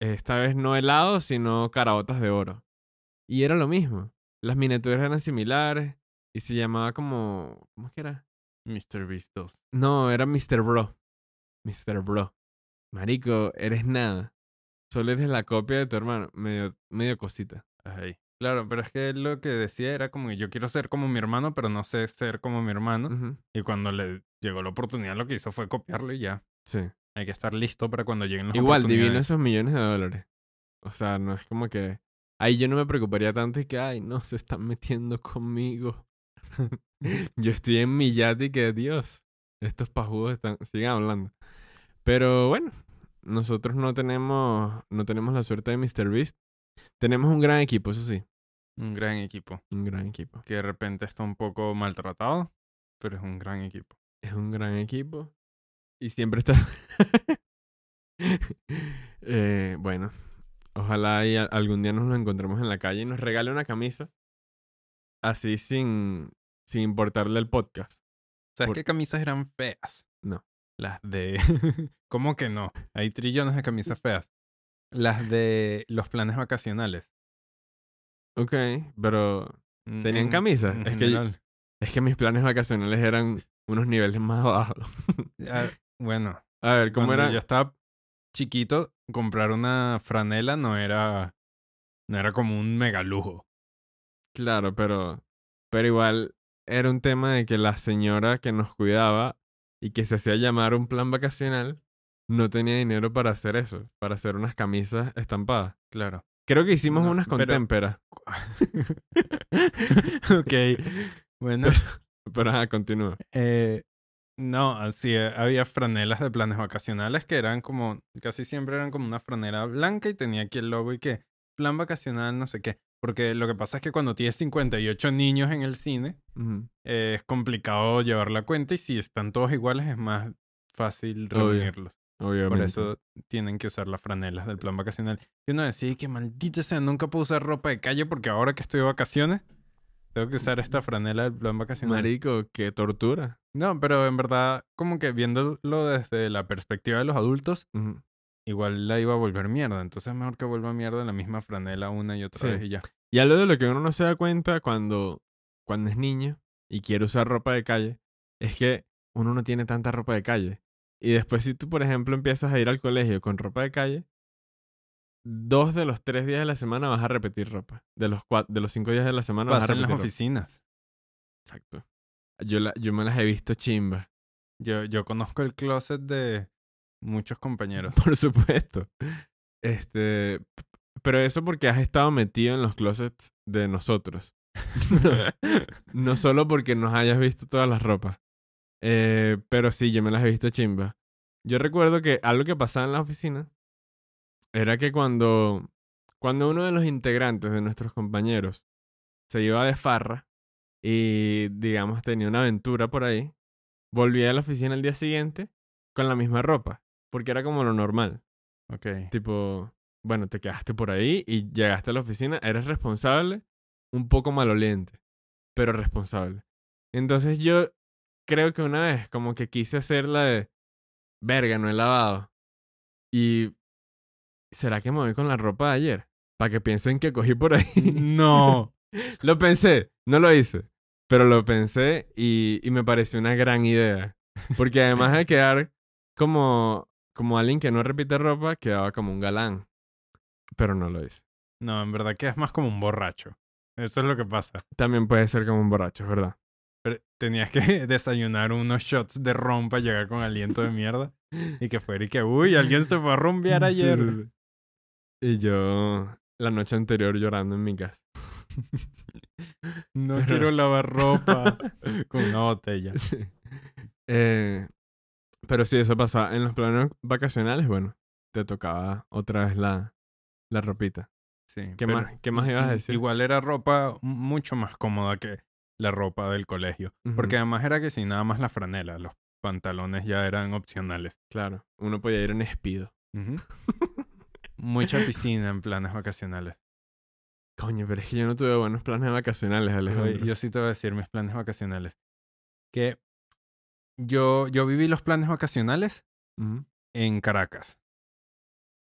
[SPEAKER 1] esta vez no helado, sino caraotas de oro. Y era lo mismo. Las miniaturas eran similares y se llamaba como... ¿Cómo es que era?
[SPEAKER 2] Mr. Beast 2.
[SPEAKER 1] No, era Mr. Bro. Mr. Bro. Marico, eres nada. Solo eres la copia de tu hermano. Medio, medio cosita.
[SPEAKER 2] Ay, Claro, pero es que él lo que decía era como que yo quiero ser como mi hermano, pero no sé ser como mi hermano.
[SPEAKER 1] Ujú.
[SPEAKER 2] Y cuando le llegó la oportunidad, lo que hizo fue copiarlo y ya.
[SPEAKER 1] Sí.
[SPEAKER 2] Hay que estar listo para cuando lleguen las
[SPEAKER 1] Igual, divino
[SPEAKER 2] oportunidades.
[SPEAKER 1] esos millones de dólares. O sea, no es como que. Ahí yo no me preocuparía tanto y que, ay, no, se están metiendo conmigo. yo estoy en mi yate y que, Dios, estos pajudos están, siguen hablando. Pero bueno, nosotros no tenemos, no tenemos la suerte de Mr. Beast. Tenemos un gran equipo, eso sí.
[SPEAKER 2] Un gran equipo.
[SPEAKER 1] Un gran equipo.
[SPEAKER 2] que de repente está un poco maltratado, pero es un gran equipo.
[SPEAKER 1] Es un gran equipo. Y siempre está. Eh, bueno, ojalá y a- algún día nos lo encontremos en la calle y nos regale una camisa. Así sin, sin importarle el podcast.
[SPEAKER 2] ¿Sabes
[SPEAKER 1] Por-
[SPEAKER 2] qué camisas eran feas?
[SPEAKER 1] No.
[SPEAKER 2] Las de... ¿Cómo que no? Hay trillones de camisas feas. Las de los planes vacacionales.
[SPEAKER 1] Ok, pero
[SPEAKER 2] Mm,
[SPEAKER 1] ¿Tenían camisas?
[SPEAKER 2] en
[SPEAKER 1] Es que yo-
[SPEAKER 2] general.
[SPEAKER 1] es que mis planes vacacionales eran unos niveles más bajos.
[SPEAKER 2] Ah, bueno,
[SPEAKER 1] A ver, ¿cómo
[SPEAKER 2] cuando
[SPEAKER 1] era?
[SPEAKER 2] yo estaba chiquito, comprar una franela no era... No era como un mega lujo.
[SPEAKER 1] Claro, pero, pero igual era un tema de que la señora que nos cuidaba y que se hacía llamar un plan vacacional no tenía dinero para hacer eso, para hacer unas camisas estampadas.
[SPEAKER 2] Claro.
[SPEAKER 1] Creo que hicimos
[SPEAKER 2] No,
[SPEAKER 1] unas con
[SPEAKER 2] pero-
[SPEAKER 1] témpera,
[SPEAKER 2] ok. Bueno,
[SPEAKER 1] pero ajá, continúa.
[SPEAKER 2] Eh, no, así eh, había franelas de planes vacacionales que eran como, casi siempre eran como una franela blanca y tenía aquí el logo y que plan vacacional, no sé qué. Porque lo que pasa es que cuando tienes 58 niños en el cine,
[SPEAKER 1] Ujú,
[SPEAKER 2] eh, es complicado llevar la cuenta y si están todos iguales es más fácil
[SPEAKER 1] Obvio,
[SPEAKER 2] reunirlos. Por
[SPEAKER 1] Obviamente.
[SPEAKER 2] eso tienen que usar las franelas del plan vacacional. Y uno decía que maldita sea, nunca puedo usar ropa de calle porque ahora que estoy de vacaciones, tengo que usar esta franela del plan vacacional.
[SPEAKER 1] Marico, qué tortura.
[SPEAKER 2] No, pero en verdad, como que viéndolo desde la perspectiva de los adultos,
[SPEAKER 1] Ujú.
[SPEAKER 2] igual la iba a volver mierda. Entonces es mejor que vuelva mierda la misma franela una y otra
[SPEAKER 1] Sí.
[SPEAKER 2] vez y ya.
[SPEAKER 1] Y algo de lo que uno no se da cuenta cuando, cuando es niño y quiere usar ropa de calle, es que uno no tiene tanta ropa de calle. Y después si tú, por ejemplo, empiezas a ir al colegio con ropa de calle, dos de los tres días de la semana vas a repetir ropa. De los, cua- de los cinco días de la semana vas a
[SPEAKER 2] Pasa en
[SPEAKER 1] repetir
[SPEAKER 2] las
[SPEAKER 1] ropa.
[SPEAKER 2] oficinas.
[SPEAKER 1] Exacto. Yo, la- yo me las he visto chimba.
[SPEAKER 2] Yo, yo conozco el closet de muchos compañeros.
[SPEAKER 1] Por supuesto. Este, p- pero eso porque has estado metido en los closets de nosotros. No solo porque nos hayas visto todas las ropas. Eh, pero sí, yo me las he visto chimba. Yo recuerdo que algo que pasaba en la oficina era que cuando, cuando uno de los integrantes de nuestros compañeros se iba de farra y, digamos, tenía una aventura por ahí, volvía a la oficina al día siguiente con la misma ropa, porque era como lo normal.
[SPEAKER 2] ok.
[SPEAKER 1] Tipo, bueno, te quedaste por ahí y llegaste a la oficina, eres responsable, un poco maloliente, pero responsable. Entonces yo creo que una vez como que quise hacer la de, verga, no he lavado. Y, ¿será que me voy con la ropa de ayer? Para que piensen que cogí por ahí.
[SPEAKER 2] No.
[SPEAKER 1] lo pensé, no lo hice, pero lo pensé y, y me pareció una gran idea. Porque además de quedar como, como alguien que no repite ropa, quedaba como un galán. Pero no lo hice.
[SPEAKER 2] No, en verdad quedas más como un borracho. Eso es lo que pasa.
[SPEAKER 1] También puede ser como un borracho, es ¿verdad?
[SPEAKER 2] Pero tenías que desayunar unos shots de ron para llegar con aliento de mierda. Y que fuera y que, uy, alguien se fue a rumbear
[SPEAKER 1] Sí,
[SPEAKER 2] ayer.
[SPEAKER 1] sí, sí. Y yo la noche anterior llorando en mi casa.
[SPEAKER 2] No
[SPEAKER 1] Pero-
[SPEAKER 2] quiero lavar ropa con una botella.
[SPEAKER 1] Sí. Eh, pero sí, eso pasaba. En los planes vacacionales, bueno, te tocaba otra vez la, la ropita.
[SPEAKER 2] Sí,
[SPEAKER 1] ¿Qué,
[SPEAKER 2] pero
[SPEAKER 1] más, ¿qué más ibas a
[SPEAKER 2] i-
[SPEAKER 1] decir?
[SPEAKER 2] Igual era ropa mucho más cómoda que la ropa del colegio.
[SPEAKER 1] Ujú,
[SPEAKER 2] Porque además era que sin nada más la franela, los pantalones ya eran opcionales.
[SPEAKER 1] claro, uno podía ir en espido.
[SPEAKER 2] Ujú. Mucha piscina en planes vacacionales.
[SPEAKER 1] Coño, pero es que yo no tuve buenos planes vacacionales,
[SPEAKER 2] Pero
[SPEAKER 1] Alejandro.
[SPEAKER 2] yo sí te voy a decir mis planes vacacionales. Que yo, yo viví los planes vacacionales
[SPEAKER 1] Ujú,
[SPEAKER 2] en Caracas.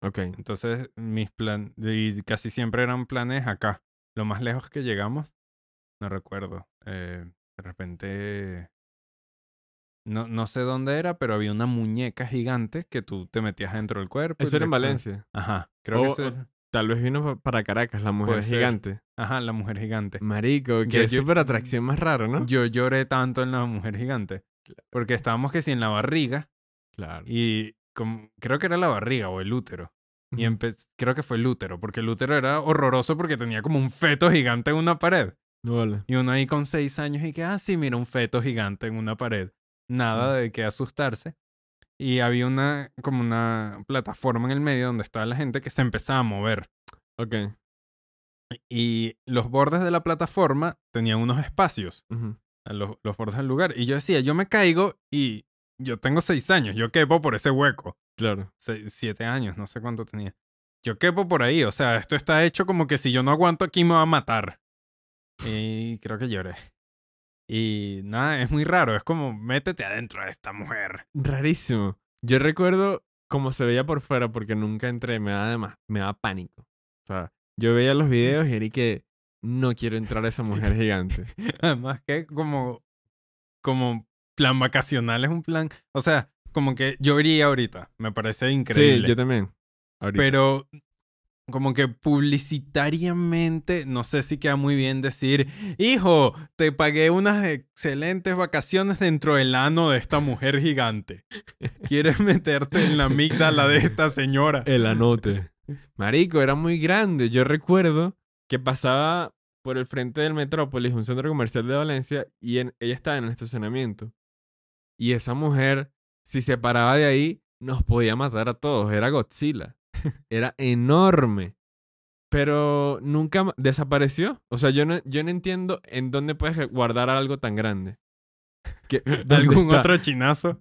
[SPEAKER 1] Ok.
[SPEAKER 2] Entonces, mis planes, y casi siempre eran planes acá. Lo más lejos que llegamos, no recuerdo. eh, de repente, no, no sé dónde era, pero había una muñeca gigante que tú te metías dentro del cuerpo. y
[SPEAKER 1] Eso era en
[SPEAKER 2] le-
[SPEAKER 1] Valencia.
[SPEAKER 2] Ajá, creo
[SPEAKER 1] O-
[SPEAKER 2] que eso
[SPEAKER 1] o-
[SPEAKER 2] era-
[SPEAKER 1] Tal vez vino pa- para Caracas, la mujer
[SPEAKER 2] Puede ser.
[SPEAKER 1] gigante.
[SPEAKER 2] Ajá, la mujer gigante.
[SPEAKER 1] Marico,
[SPEAKER 2] Yo-
[SPEAKER 1] que es
[SPEAKER 2] yo-
[SPEAKER 1] súper atracción más raro, ¿no?
[SPEAKER 2] Yo lloré tanto en la mujer gigante. Porque estábamos que sí en la barriga
[SPEAKER 1] claro.
[SPEAKER 2] y como- creo que era la barriga o el útero. Y empe- creo que fue el útero, porque el útero era horroroso porque tenía como un feto gigante en una pared.
[SPEAKER 1] No vale.
[SPEAKER 2] Y uno ahí con seis años y que, ah, sí, mira un feto gigante en una pared. Nada de que asustarse. Y había una, como una plataforma en el medio donde estaba la gente que se empezaba a mover.
[SPEAKER 1] Ok.
[SPEAKER 2] Y los bordes de la plataforma tenían unos espacios
[SPEAKER 1] ujú.
[SPEAKER 2] a los, los bordes del lugar. Y yo decía, yo me caigo y yo tengo seis años, yo quepo por ese hueco.
[SPEAKER 1] Claro.
[SPEAKER 2] Se- siete años, no sé cuánto tenía. Yo quepo por ahí, o sea, esto está hecho como que si yo no aguanto aquí me va a matar. Y creo que lloré. Y nada, es muy raro, es como métete adentro de esta mujer.
[SPEAKER 1] Rarísimo. Yo recuerdo cómo se veía por fuera porque nunca entré. Me da además, me da pánico. O sea, yo veía los videos y era y que no quiero entrar a esa mujer gigante.
[SPEAKER 2] Además que como, como plan vacacional es un plan, o sea, como que yo iría ahorita, me parece increíble.
[SPEAKER 1] Sí, yo también. Ahorita.
[SPEAKER 2] Pero como que publicitariamente, no sé si queda muy bien decir, hijo, te pagué unas excelentes vacaciones dentro del ano de esta mujer gigante. ¿Quieres meterte en la amígdala de esta señora?
[SPEAKER 1] El anote. Marico, era muy grande. Yo recuerdo que pasaba por el frente del Metrópolis, un centro comercial de Valencia, y en- ella estaba en el estacionamiento. Y esa mujer, si se paraba de ahí, nos podía matar a todos. Era Godzilla. Era enorme. Pero nunca ma- desapareció. O sea, yo no, yo no entiendo en dónde puedes guardar algo tan grande. Que, ¿dónde
[SPEAKER 2] ¿Algún
[SPEAKER 1] está?
[SPEAKER 2] otro chinazo?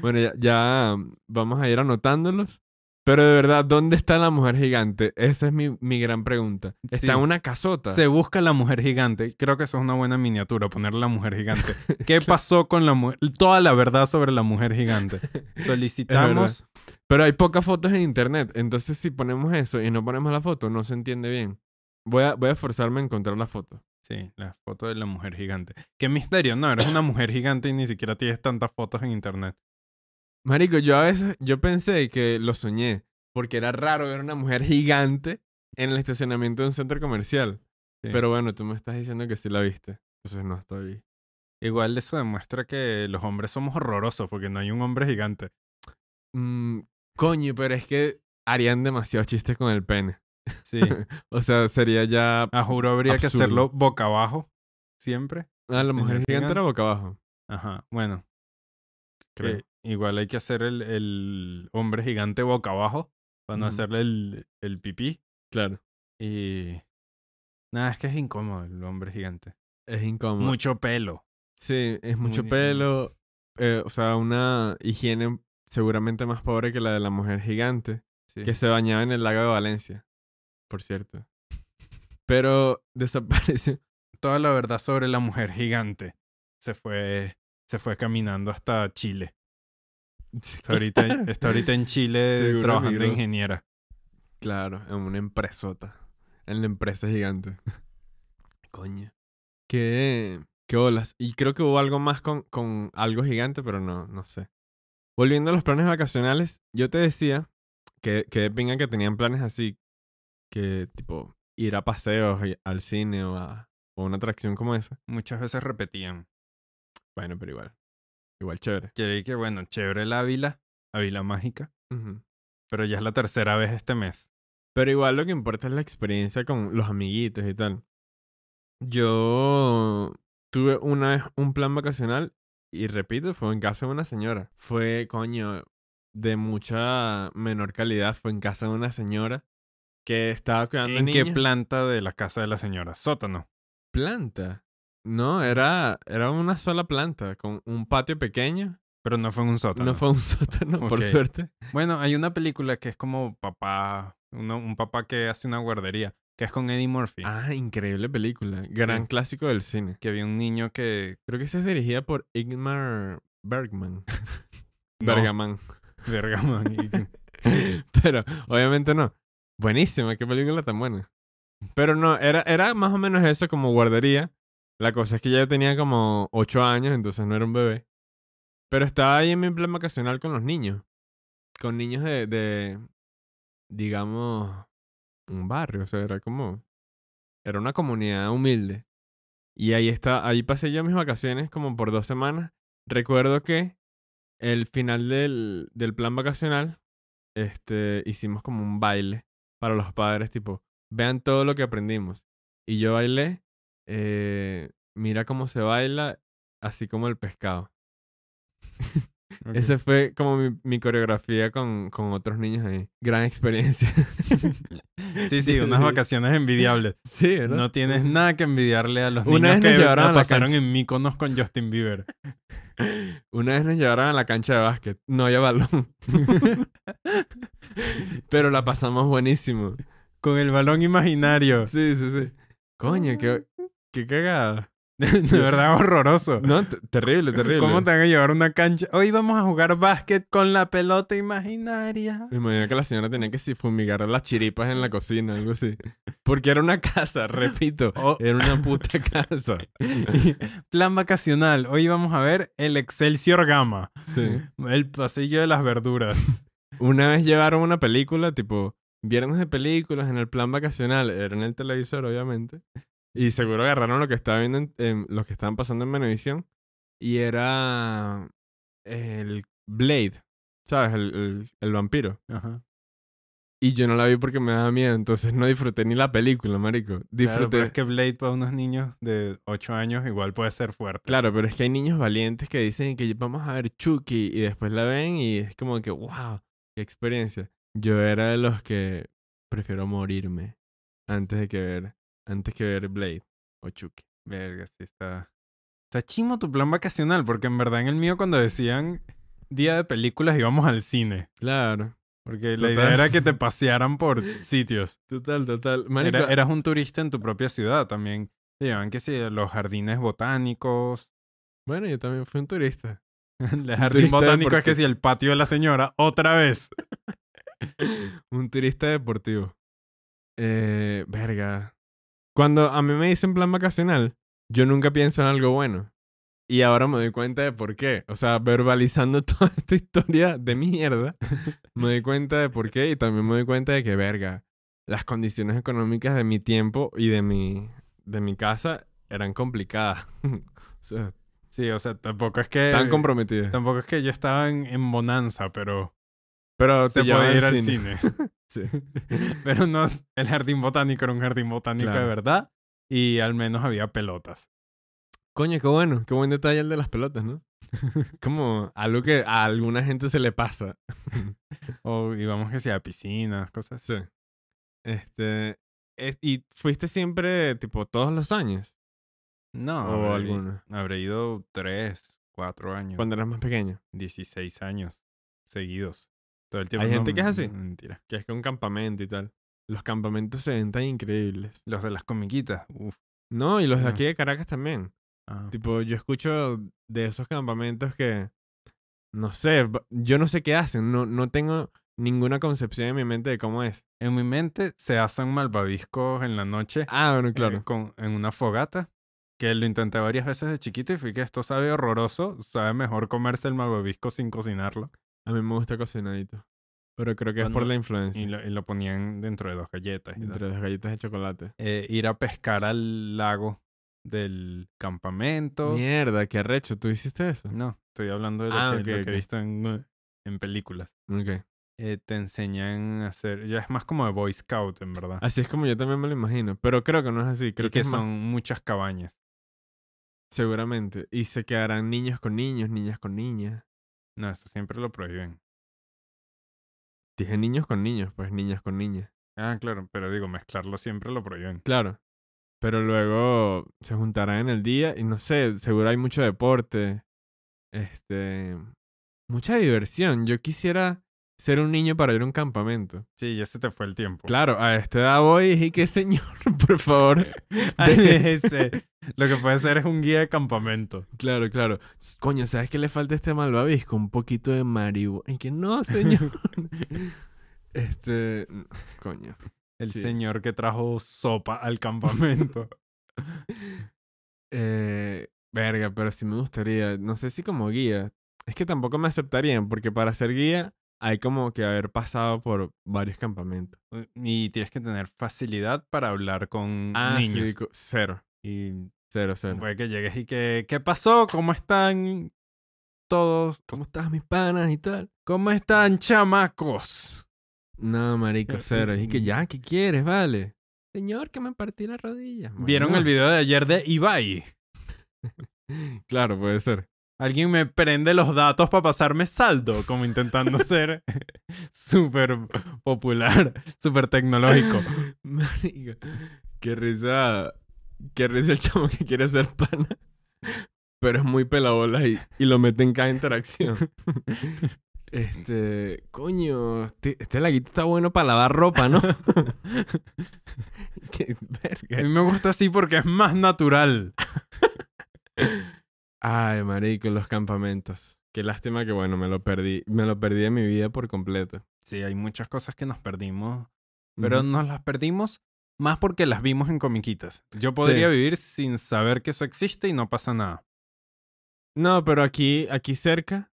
[SPEAKER 1] Bueno, ya, ya, mm, vamos a ir anotándolos. Pero de verdad, ¿dónde está la mujer gigante? Esa es mi, mi gran pregunta. Está en
[SPEAKER 2] Sí.
[SPEAKER 1] una casota.
[SPEAKER 2] Se busca la mujer gigante. Creo que eso es una buena miniatura, poner la mujer gigante. ¿Qué pasó con la mujer? Toda la verdad sobre la mujer gigante. Solicitamos
[SPEAKER 1] Pero hay pocas fotos en internet. Entonces, si ponemos eso y no ponemos la foto, no se entiende bien. Voy a, voy a esforzarme a encontrar la foto.
[SPEAKER 2] Sí, la foto de la mujer gigante. Qué misterio, no, eres una mujer gigante y ni siquiera tienes tantas fotos en internet.
[SPEAKER 1] Marico, yo a veces yo pensé que lo soñé. Porque era raro ver una mujer gigante en el estacionamiento de un centro comercial.
[SPEAKER 2] Sí.
[SPEAKER 1] Pero bueno, tú me estás diciendo que sí la viste. Entonces no estoy.
[SPEAKER 2] Igual eso demuestra que los hombres somos horrorosos porque no hay un hombre gigante.
[SPEAKER 1] Mm, coño, pero es que harían demasiados chistes con el pene.
[SPEAKER 2] Sí,
[SPEAKER 1] O sea, sería ya.
[SPEAKER 2] a juro habría que
[SPEAKER 1] Absurdo.
[SPEAKER 2] hacerlo boca abajo siempre.
[SPEAKER 1] Ah, la
[SPEAKER 2] el
[SPEAKER 1] mujer
[SPEAKER 2] señor
[SPEAKER 1] gigante era
[SPEAKER 2] gigante.
[SPEAKER 1] boca abajo.
[SPEAKER 2] Ajá, bueno,
[SPEAKER 1] Creo.
[SPEAKER 2] que igual hay que hacer el, el hombre gigante boca abajo para no
[SPEAKER 1] Ujú.
[SPEAKER 2] hacerle el, el pipí
[SPEAKER 1] Claro.
[SPEAKER 2] y nada, es que es incómodo el hombre gigante.
[SPEAKER 1] Es incómodo.
[SPEAKER 2] Mucho pelo.
[SPEAKER 1] Sí, es mucho
[SPEAKER 2] Muy-
[SPEAKER 1] pelo. eh, o sea, una higiene seguramente más pobre que la de la mujer gigante.
[SPEAKER 2] Sí.
[SPEAKER 1] Que se bañaba en el lago de Valencia. Por cierto. Pero desapareció.
[SPEAKER 2] toda la verdad sobre la mujer gigante. Se fue se fue caminando hasta Chile. Está ahorita, está ahorita en Chile
[SPEAKER 1] Seguro
[SPEAKER 2] trabajando de
[SPEAKER 1] emigró.
[SPEAKER 2] ingeniera.
[SPEAKER 1] Claro, en una empresota. En la empresa gigante. Coño. Qué, qué olas. Y creo que hubo algo más con, con algo gigante, pero no, no sé. Volviendo a los planes vacacionales, yo te decía que, que de pinga que tenían planes así, que tipo ir a paseos, y- al cine o a, o a una atracción como esa.
[SPEAKER 2] Muchas veces repetían.
[SPEAKER 1] Bueno, pero igual. Igual chévere.
[SPEAKER 2] Que, que bueno, chévere la Ávila, Ávila Mágica,
[SPEAKER 1] Ujú.
[SPEAKER 2] pero ya es la tercera vez este mes.
[SPEAKER 1] Pero igual lo que importa es la experiencia con los amiguitos y tal. Yo tuve una vez un plan vacacional y repito, fue en casa de una señora. Fue, coño, de mucha menor calidad. Fue en casa de una señora que estaba cuidando
[SPEAKER 2] ¿En qué
[SPEAKER 1] niños.
[SPEAKER 2] planta de la casa de la señora? Sótano.
[SPEAKER 1] planta? No, era, era una sola planta con un patio pequeño.
[SPEAKER 2] Pero no fue en un sótano.
[SPEAKER 1] No fue un sótano, por
[SPEAKER 2] Ok.
[SPEAKER 1] suerte.
[SPEAKER 2] Bueno, hay una película que es como papá, uno- un papá que hace una guardería, que es con Eddie Murphy.
[SPEAKER 1] Ah, increíble película. Gran
[SPEAKER 2] Sí.
[SPEAKER 1] clásico del cine.
[SPEAKER 2] Que había un niño que...
[SPEAKER 1] Creo que esa es dirigida por Igmar Bergman.
[SPEAKER 2] No,
[SPEAKER 1] Bergaman.
[SPEAKER 2] verga, man, y-
[SPEAKER 1] Pero obviamente no. Buenísima, qué película tan buena. Pero no, era, era más o menos eso como guardería. La cosa es que ya yo tenía como 8 años, entonces no era un bebé. Pero estaba ahí en mi plan vacacional con los niños. Con niños de, de, digamos, un barrio. O sea, era como, era una comunidad humilde. Y ahí está, ahí pasé yo mis vacaciones como por dos semanas. Recuerdo que el final del, del plan vacacional, este, hicimos como un baile para los padres, tipo, vean todo lo que aprendimos. Y yo bailé, eh, mira cómo se baila, así como el pescado.
[SPEAKER 2] ok.
[SPEAKER 1] Esa fue como mi, mi coreografía con, con otros niños ahí. Gran experiencia.
[SPEAKER 2] Sí, sí, unas vacaciones envidiables.
[SPEAKER 1] Sí, ¿verdad?
[SPEAKER 2] No tienes nada que envidiarle a los
[SPEAKER 1] Una vez
[SPEAKER 2] niños
[SPEAKER 1] nos
[SPEAKER 2] que la
[SPEAKER 1] llevaron a la
[SPEAKER 2] pasaron
[SPEAKER 1] cancha.
[SPEAKER 2] en Míconos con Justin Bieber.
[SPEAKER 1] Una vez nos llevaron a la cancha de básquet. No había balón. Pero la pasamos buenísimo.
[SPEAKER 2] Con el balón imaginario.
[SPEAKER 1] Sí, sí, sí. Coño, qué, qué cagada.
[SPEAKER 2] De verdad, horroroso.
[SPEAKER 1] No, te- terrible, terrible.
[SPEAKER 2] ¿Cómo te van a llevar a una cancha? Hoy vamos a jugar básquet con la pelota imaginaria.
[SPEAKER 1] Me imagino que la señora tenía que sí, fumigar las chiripas en la cocina, algo así. Porque era una casa, repito.
[SPEAKER 2] Oh.
[SPEAKER 1] Era una puta casa.
[SPEAKER 2] Plan vacacional. Hoy vamos a ver el Excelsior Gama.
[SPEAKER 1] Sí.
[SPEAKER 2] El pasillo de las verduras.
[SPEAKER 1] Una vez llevaron una película, tipo, viernes de películas en el plan vacacional, era en el televisor, obviamente. Y seguro agarraron lo que estaba viendo en, en- lo que estaban pasando en Venevisión. Y era el Blade, ¿sabes? El, el- el vampiro.
[SPEAKER 2] Ajá.
[SPEAKER 1] Y yo no la vi porque me daba miedo, entonces no disfruté ni la película, marico.
[SPEAKER 2] Claro,
[SPEAKER 1] Disfruté.
[SPEAKER 2] pero es que Blade para unos niños de 8 años igual puede ser fuerte.
[SPEAKER 1] hay niños valientes que dicen que vamos a ver Chucky y después la ven y es como que, wow, qué experiencia. Yo era de los que prefiero morirme antes de que ver, antes que ver Blade o Chucky.
[SPEAKER 2] Verga, sí está. Está chimo tu plan vacacional, porque en verdad en el mío cuando decían día de películas íbamos al cine.
[SPEAKER 1] Claro.
[SPEAKER 2] Porque la idea
[SPEAKER 1] Total.
[SPEAKER 2] era que te pasearan por sitios.
[SPEAKER 1] Total, total.
[SPEAKER 2] Era- eras un turista en tu propia ciudad también. Te llevaban que sí, a los jardines botánicos.
[SPEAKER 1] Bueno, yo también fui un turista.
[SPEAKER 2] El
[SPEAKER 1] turista
[SPEAKER 2] jardín
[SPEAKER 1] de
[SPEAKER 2] botánico es
[SPEAKER 1] porque-
[SPEAKER 2] que sí, el patio de la señora, otra vez.
[SPEAKER 1] Un turista deportivo. Eh, verga. Cuando a mí me dicen plan vacacional, yo nunca pienso en algo bueno. Y ahora me doy cuenta de por qué. O sea, verbalizando toda esta historia de mierda, me doy cuenta de por qué y también me doy cuenta de que, verga, las condiciones económicas de mi tiempo y de mi, de mi casa eran complicadas. o sea,
[SPEAKER 2] Sí, o sea, tampoco es que.
[SPEAKER 1] tan comprometidas.
[SPEAKER 2] Tampoco es que yo estaba en, en bonanza, pero
[SPEAKER 1] Pero
[SPEAKER 2] se
[SPEAKER 1] te llevan
[SPEAKER 2] podía ir al cine.
[SPEAKER 1] Sí.
[SPEAKER 2] Pero no, es- el jardín botánico era un jardín botánico de
[SPEAKER 1] Claro.
[SPEAKER 2] verdad. Y al menos había pelotas.
[SPEAKER 1] Coño, qué bueno, qué buen detalle el de las pelotas, ¿no? Como algo que a alguna gente se le pasa.
[SPEAKER 2] O íbamos que sea a piscinas, cosas así.
[SPEAKER 1] Sí. Este, es- ¿y fuiste siempre tipo todos los años
[SPEAKER 2] No,
[SPEAKER 1] o
[SPEAKER 2] habré,
[SPEAKER 1] alguno?
[SPEAKER 2] habré ido tres, cuatro años,
[SPEAKER 1] Cuando eras más pequeño,
[SPEAKER 2] 16 años seguidos. Todo el tiempo.
[SPEAKER 1] Hay
[SPEAKER 2] no,
[SPEAKER 1] gente que es así.
[SPEAKER 2] Mentira.
[SPEAKER 1] que es que un campamento y tal. Los campamentos se ven tan increíbles.
[SPEAKER 2] Los de las comiquitas. Uf.
[SPEAKER 1] No, y los de
[SPEAKER 2] Ah.
[SPEAKER 1] aquí de Caracas también.
[SPEAKER 2] Ah,
[SPEAKER 1] Tipo, yo escucho de esos campamentos que, no sé, ba- yo no sé qué hacen, no, no tengo ninguna concepción en mi mente de cómo es.
[SPEAKER 2] En mi mente se hacen malvaviscos en la noche
[SPEAKER 1] Ah, bueno,
[SPEAKER 2] eh,
[SPEAKER 1] claro.
[SPEAKER 2] con, en una fogata, que lo intenté varias veces de chiquito y fui que esto sabe horroroso, sabe mejor comerse el malvavisco sin cocinarlo.
[SPEAKER 1] A mí me gusta cocinadito, pero creo que es por
[SPEAKER 2] Cuando-
[SPEAKER 1] la
[SPEAKER 2] Y
[SPEAKER 1] influencia
[SPEAKER 2] lo, y lo ponían dentro de dos galletas. y tal.
[SPEAKER 1] entre las galletas de chocolate.
[SPEAKER 2] Eh, ir a pescar al lago del campamento.
[SPEAKER 1] Mierda, qué arrecho, ¿tú hiciste eso?
[SPEAKER 2] No, estoy hablando de lo,
[SPEAKER 1] Ah,
[SPEAKER 2] que, lo
[SPEAKER 1] ok,
[SPEAKER 2] que he
[SPEAKER 1] ok.
[SPEAKER 2] visto en, en películas.
[SPEAKER 1] Ok.
[SPEAKER 2] Eh, te enseñan a hacer, ya es más como de Boy Scout, en verdad.
[SPEAKER 1] Así es como yo también me lo imagino, pero creo que no es así, creo
[SPEAKER 2] Ah, Creo que,
[SPEAKER 1] es más-
[SPEAKER 2] son muchas cabañas.
[SPEAKER 1] seguramente. Y se quedarán niños con niños, niñas con niñas.
[SPEAKER 2] No, eso siempre lo prohíben.
[SPEAKER 1] Dije niños con niños, pues niñas con niñas.
[SPEAKER 2] Ah, claro, pero digo, mezclarlo siempre lo prohíben.
[SPEAKER 1] Claro. Pero luego se juntarán en el día y no sé, seguro hay mucho deporte. Este. Mucha diversión. Yo quisiera ser un niño para ir a un campamento.
[SPEAKER 2] Sí, ya se te fue el tiempo.
[SPEAKER 1] Claro, a esta edad voy y dije, ¿qué señor? Por favor.
[SPEAKER 2] Ay,
[SPEAKER 1] de-
[SPEAKER 2] ese, Lo que puede ser es un guía de campamento.
[SPEAKER 1] Claro, claro. S- Coño, ¿sabes qué le falta a este malvavisco? Un poquito de marihuana. Y que no, señor. este. n- Coño.
[SPEAKER 2] El
[SPEAKER 1] Sí.
[SPEAKER 2] señor que trajo sopa al campamento.
[SPEAKER 1] Eh, verga, pero sí me gustaría. No sé si como guía. Es que tampoco me aceptarían, porque para ser guía hay como que haber pasado por varios campamentos.
[SPEAKER 2] y tienes que tener facilidad para hablar con
[SPEAKER 1] Ah, sí,
[SPEAKER 2] niños.
[SPEAKER 1] co- cero.
[SPEAKER 2] Y
[SPEAKER 1] Cero, cero.
[SPEAKER 2] puede que llegues y que, ¿qué pasó? ¿Cómo están todos?
[SPEAKER 1] ¿Cómo estás, mis panas y tal?
[SPEAKER 2] ¿Cómo están, chamacos?
[SPEAKER 1] No, marico,
[SPEAKER 2] Eh,
[SPEAKER 1] cero. Y que
[SPEAKER 2] mm.
[SPEAKER 1] ya, ¿qué quieres? Vale. Señor, que me partí la rodilla.
[SPEAKER 2] ¿Vieron el video de ayer de Ibai?
[SPEAKER 1] video? Claro, puede ser.
[SPEAKER 2] Alguien me prende los datos para pasarme saldo, como intentando ser súper popular, súper tecnológico.
[SPEAKER 1] Marico. Qué risa. Qué risa el chamo que quiere ser pana. Pero es muy pelabola y, y lo mete en cada interacción. Este. Coño. Este, este laguito está bueno para lavar ropa, ¿no? Qué
[SPEAKER 2] A mí
[SPEAKER 1] verga.
[SPEAKER 2] me gusta así porque es más natural.
[SPEAKER 1] Ay, marico, los campamentos. Qué lástima que, bueno, me lo perdí. Me lo perdí de mi vida por completo.
[SPEAKER 2] Sí, hay muchas cosas que nos perdimos, pero
[SPEAKER 1] Ujú.
[SPEAKER 2] nos las perdimos más porque las vimos en comiquitas. Yo podría
[SPEAKER 1] Sí.
[SPEAKER 2] vivir sin saber que eso existe y no pasa nada.
[SPEAKER 1] No, pero aquí, aquí cerca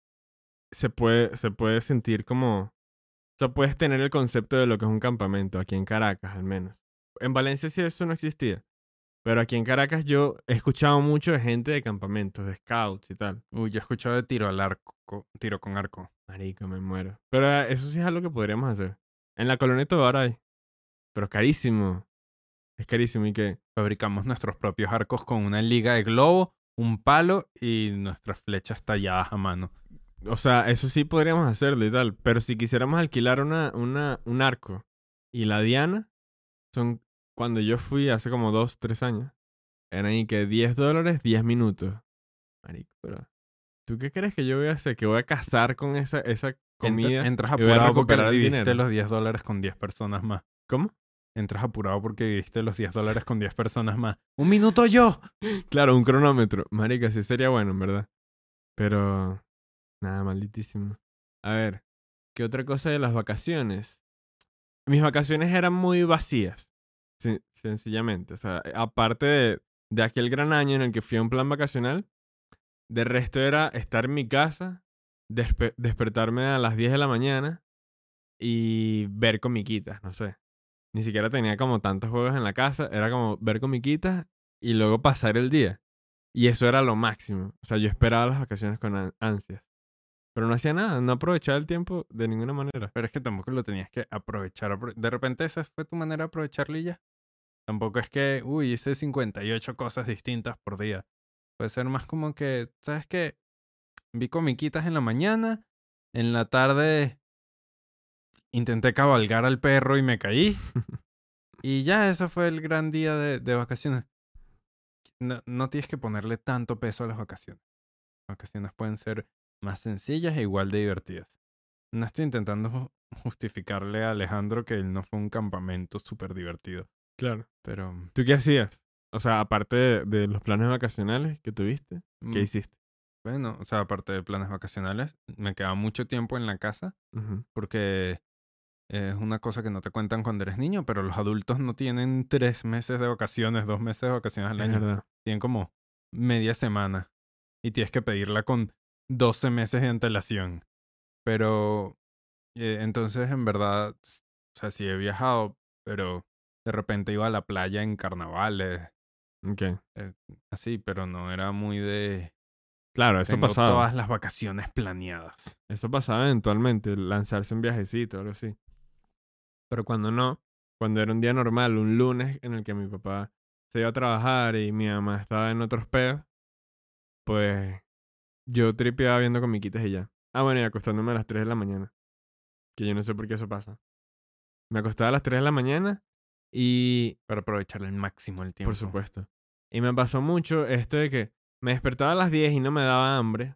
[SPEAKER 1] se puede, se puede sentir como. O sea, puedes tener el concepto de lo que es un campamento, aquí en Caracas al menos. En Valencia sí eso no existía. Pero aquí en Caracas yo he escuchado mucho de gente de campamentos, de scouts y tal.
[SPEAKER 2] Uy, yo he escuchado de tiro al arco, tiro con arco.
[SPEAKER 1] Marico, me muero. Pero eh, eso sí es algo que podríamos hacer. En la colonia ahora hay. Pero es carísimo. Es carísimo y que.
[SPEAKER 2] Fabricamos nuestros propios arcos con una liga de globo, un palo y nuestras flechas talladas a mano.
[SPEAKER 1] O sea, eso sí podríamos hacerlo y tal. Pero si quisiéramos alquilar una, una, un arco y la diana, son cuando yo fui hace como dos, tres años, eran y que 10 dólares, 10 minutos. Marico, pero. ¿Tú qué crees que yo voy a hacer? ¿Que voy a cazar con esa, esa
[SPEAKER 2] Ent-
[SPEAKER 1] comida?
[SPEAKER 2] entras
[SPEAKER 1] y voy a
[SPEAKER 2] apurado porque
[SPEAKER 1] recuperar el
[SPEAKER 2] dividiste
[SPEAKER 1] dinero.
[SPEAKER 2] los 10 dólares con 10 personas más.
[SPEAKER 1] ¿Cómo?
[SPEAKER 2] Entras apurado porque dividiste los 10 dólares con 10 personas más. ¡Un minuto yo!
[SPEAKER 1] Claro, un cronómetro. Marico, sí sería bueno, en verdad. Pero. Nada, malditísimo. A ver, ¿qué otra cosa de las vacaciones? Mis vacaciones eran muy vacías. sen- sencillamente. O sea, eh, aparte de, de aquel gran año en el que fui a un plan vacacional, de resto era estar en mi casa, despe- despertarme a las 10 de la mañana y ver comiquitas, no sé. Ni siquiera tenía como tantos juegos en la casa, era como ver comiquitas y luego pasar el día. Y eso era lo máximo. O sea, yo esperaba las vacaciones con an- ansias. Pero no hacía nada, no aprovechaba el tiempo de ninguna manera.
[SPEAKER 2] Pero es que tampoco lo tenías que aprovechar. apro- De repente esa fue tu manera de aprovecharlo y ya. Tampoco es que, uy, hice 58 cosas distintas por día. Puede ser más como que, ¿sabes qué? Vi comiquitas en la mañana, en la tarde intenté cabalgar al perro y me caí. y ya, ese fue el gran día de, de vacaciones. No, no tienes que ponerle tanto peso a las vacaciones. Las vacaciones pueden ser más sencillas e igual de divertidas. No estoy intentando ju- justificarle a Alejandro que él no fue un campamento súper divertido,
[SPEAKER 1] Claro.
[SPEAKER 2] pero
[SPEAKER 1] ¿Tú qué hacías? O sea, aparte de, de los planes vacacionales que tuviste, ¿qué
[SPEAKER 2] Mm,
[SPEAKER 1] hiciste?
[SPEAKER 2] Bueno, o sea, aparte de planes vacacionales, me quedaba mucho tiempo en la casa
[SPEAKER 1] Ujú.
[SPEAKER 2] porque es una cosa que no te cuentan cuando eres niño, pero los adultos no tienen tres meses de vacaciones, dos meses de vacaciones al
[SPEAKER 1] Es
[SPEAKER 2] año.
[SPEAKER 1] verdad.
[SPEAKER 2] Tienen como media semana y tienes que pedirla con 12 meses de antelación. Pero eh, entonces, en verdad, s- o sea, sí he viajado, pero de repente iba a la playa en carnavales,
[SPEAKER 1] Ok.
[SPEAKER 2] así, pero no era muy de...
[SPEAKER 1] Claro, eso
[SPEAKER 2] tengo
[SPEAKER 1] pasaba.
[SPEAKER 2] todas las vacaciones planeadas.
[SPEAKER 1] Eso pasaba eventualmente, lanzarse un viajecito o algo así. Pero cuando no, cuando era un día normal, un lunes en el que mi papá se iba a trabajar y mi mamá estaba en otros peos, pues yo tripeaba viendo comiquitas y ya. Ah, bueno, y acostándome a las 3 de la mañana. Que yo no sé por qué eso pasa. Me acostaba a las 3 de la mañana y
[SPEAKER 2] Para aprovechar al máximo el tiempo.
[SPEAKER 1] por supuesto. Y me pasó mucho esto de que me despertaba a las 10 y no me daba hambre,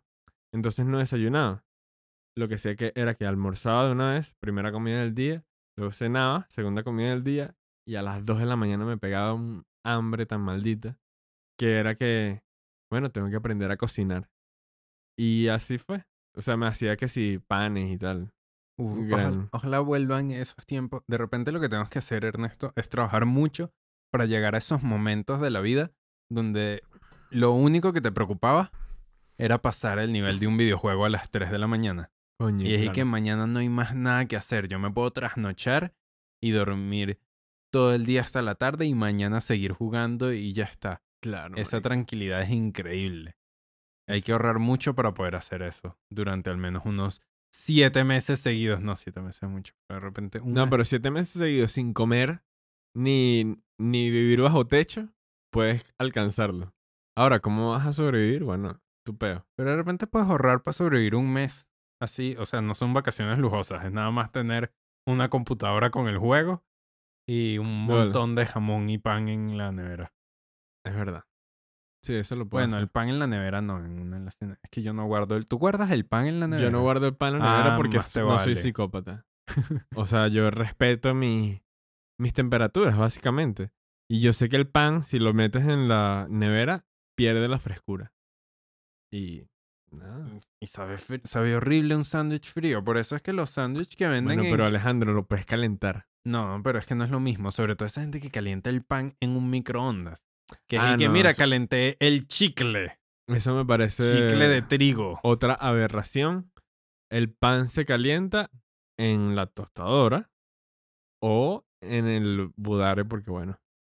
[SPEAKER 1] entonces no desayunaba. Lo que sé que era que almorzaba de una vez, primera comida del día, luego cenaba, segunda comida del día, y a las 2 de la mañana me pegaba un hambre tan maldita que era que, bueno, tengo que aprender a cocinar. Y así fue. O sea, me hacía que si panes y tal.
[SPEAKER 2] Uf,
[SPEAKER 1] Un
[SPEAKER 2] ojalá,
[SPEAKER 1] gran-
[SPEAKER 2] ojalá vuelvan esos tiempos. De repente lo que tenemos que hacer, Ernesto, es trabajar mucho para llegar a esos momentos de la vida donde lo único que te preocupaba era pasar el nivel de un videojuego a las 3 de la mañana.
[SPEAKER 1] Coño.
[SPEAKER 2] Y es y
[SPEAKER 1] claro.
[SPEAKER 2] que mañana no hay más nada que hacer. Yo me puedo trasnochar y dormir todo el día hasta la tarde y mañana seguir jugando y ya está.
[SPEAKER 1] Claro,
[SPEAKER 2] Esa
[SPEAKER 1] marico.
[SPEAKER 2] tranquilidad es increíble. Hay que ahorrar mucho para poder hacer eso durante al menos unos siete meses seguidos. No, siete meses es mucho. pero De repente, un
[SPEAKER 1] No,
[SPEAKER 2] mes.
[SPEAKER 1] pero siete meses seguidos sin comer ni, ni vivir bajo techo, puedes alcanzarlo. Ahora, ¿cómo vas a sobrevivir? Bueno, tu peo.
[SPEAKER 2] Pero de repente puedes ahorrar para sobrevivir un mes. Así, o sea, no son vacaciones lujosas. Es nada más tener una computadora con el juego y un
[SPEAKER 1] Vale.
[SPEAKER 2] montón de jamón y pan en la nevera.
[SPEAKER 1] Es verdad. Sí, eso lo puedo
[SPEAKER 2] Bueno, el
[SPEAKER 1] hacer.
[SPEAKER 2] pan en la nevera no. En una en la cena. Es que yo no guardo el. ¿Tú guardas el pan en la nevera?
[SPEAKER 1] Yo no guardo el pan en la nevera
[SPEAKER 2] Ah,
[SPEAKER 1] porque
[SPEAKER 2] más te
[SPEAKER 1] no soy
[SPEAKER 2] vale.
[SPEAKER 1] psicópata. o sea, yo respeto mi- mis temperaturas, básicamente. Y yo sé que el pan, si lo metes en la nevera, pierde la frescura. Y... nada.
[SPEAKER 2] Y sabe, fri- sabe horrible un sándwich frío. Por eso es que los sándwiches que venden
[SPEAKER 1] Bueno,
[SPEAKER 2] en
[SPEAKER 1] pero Alejandro, lo puedes calentar.
[SPEAKER 2] No, pero es que no es lo mismo. Sobre todo esa gente que calienta el pan en un microondas. Que es
[SPEAKER 1] Ah,
[SPEAKER 2] el que,
[SPEAKER 1] no,
[SPEAKER 2] mira,
[SPEAKER 1] eso-
[SPEAKER 2] calenté el chicle.
[SPEAKER 1] Eso me parece...
[SPEAKER 2] Chicle de trigo.
[SPEAKER 1] Otra aberración, el pan se calienta en la tostadora o en el budare porque bueno,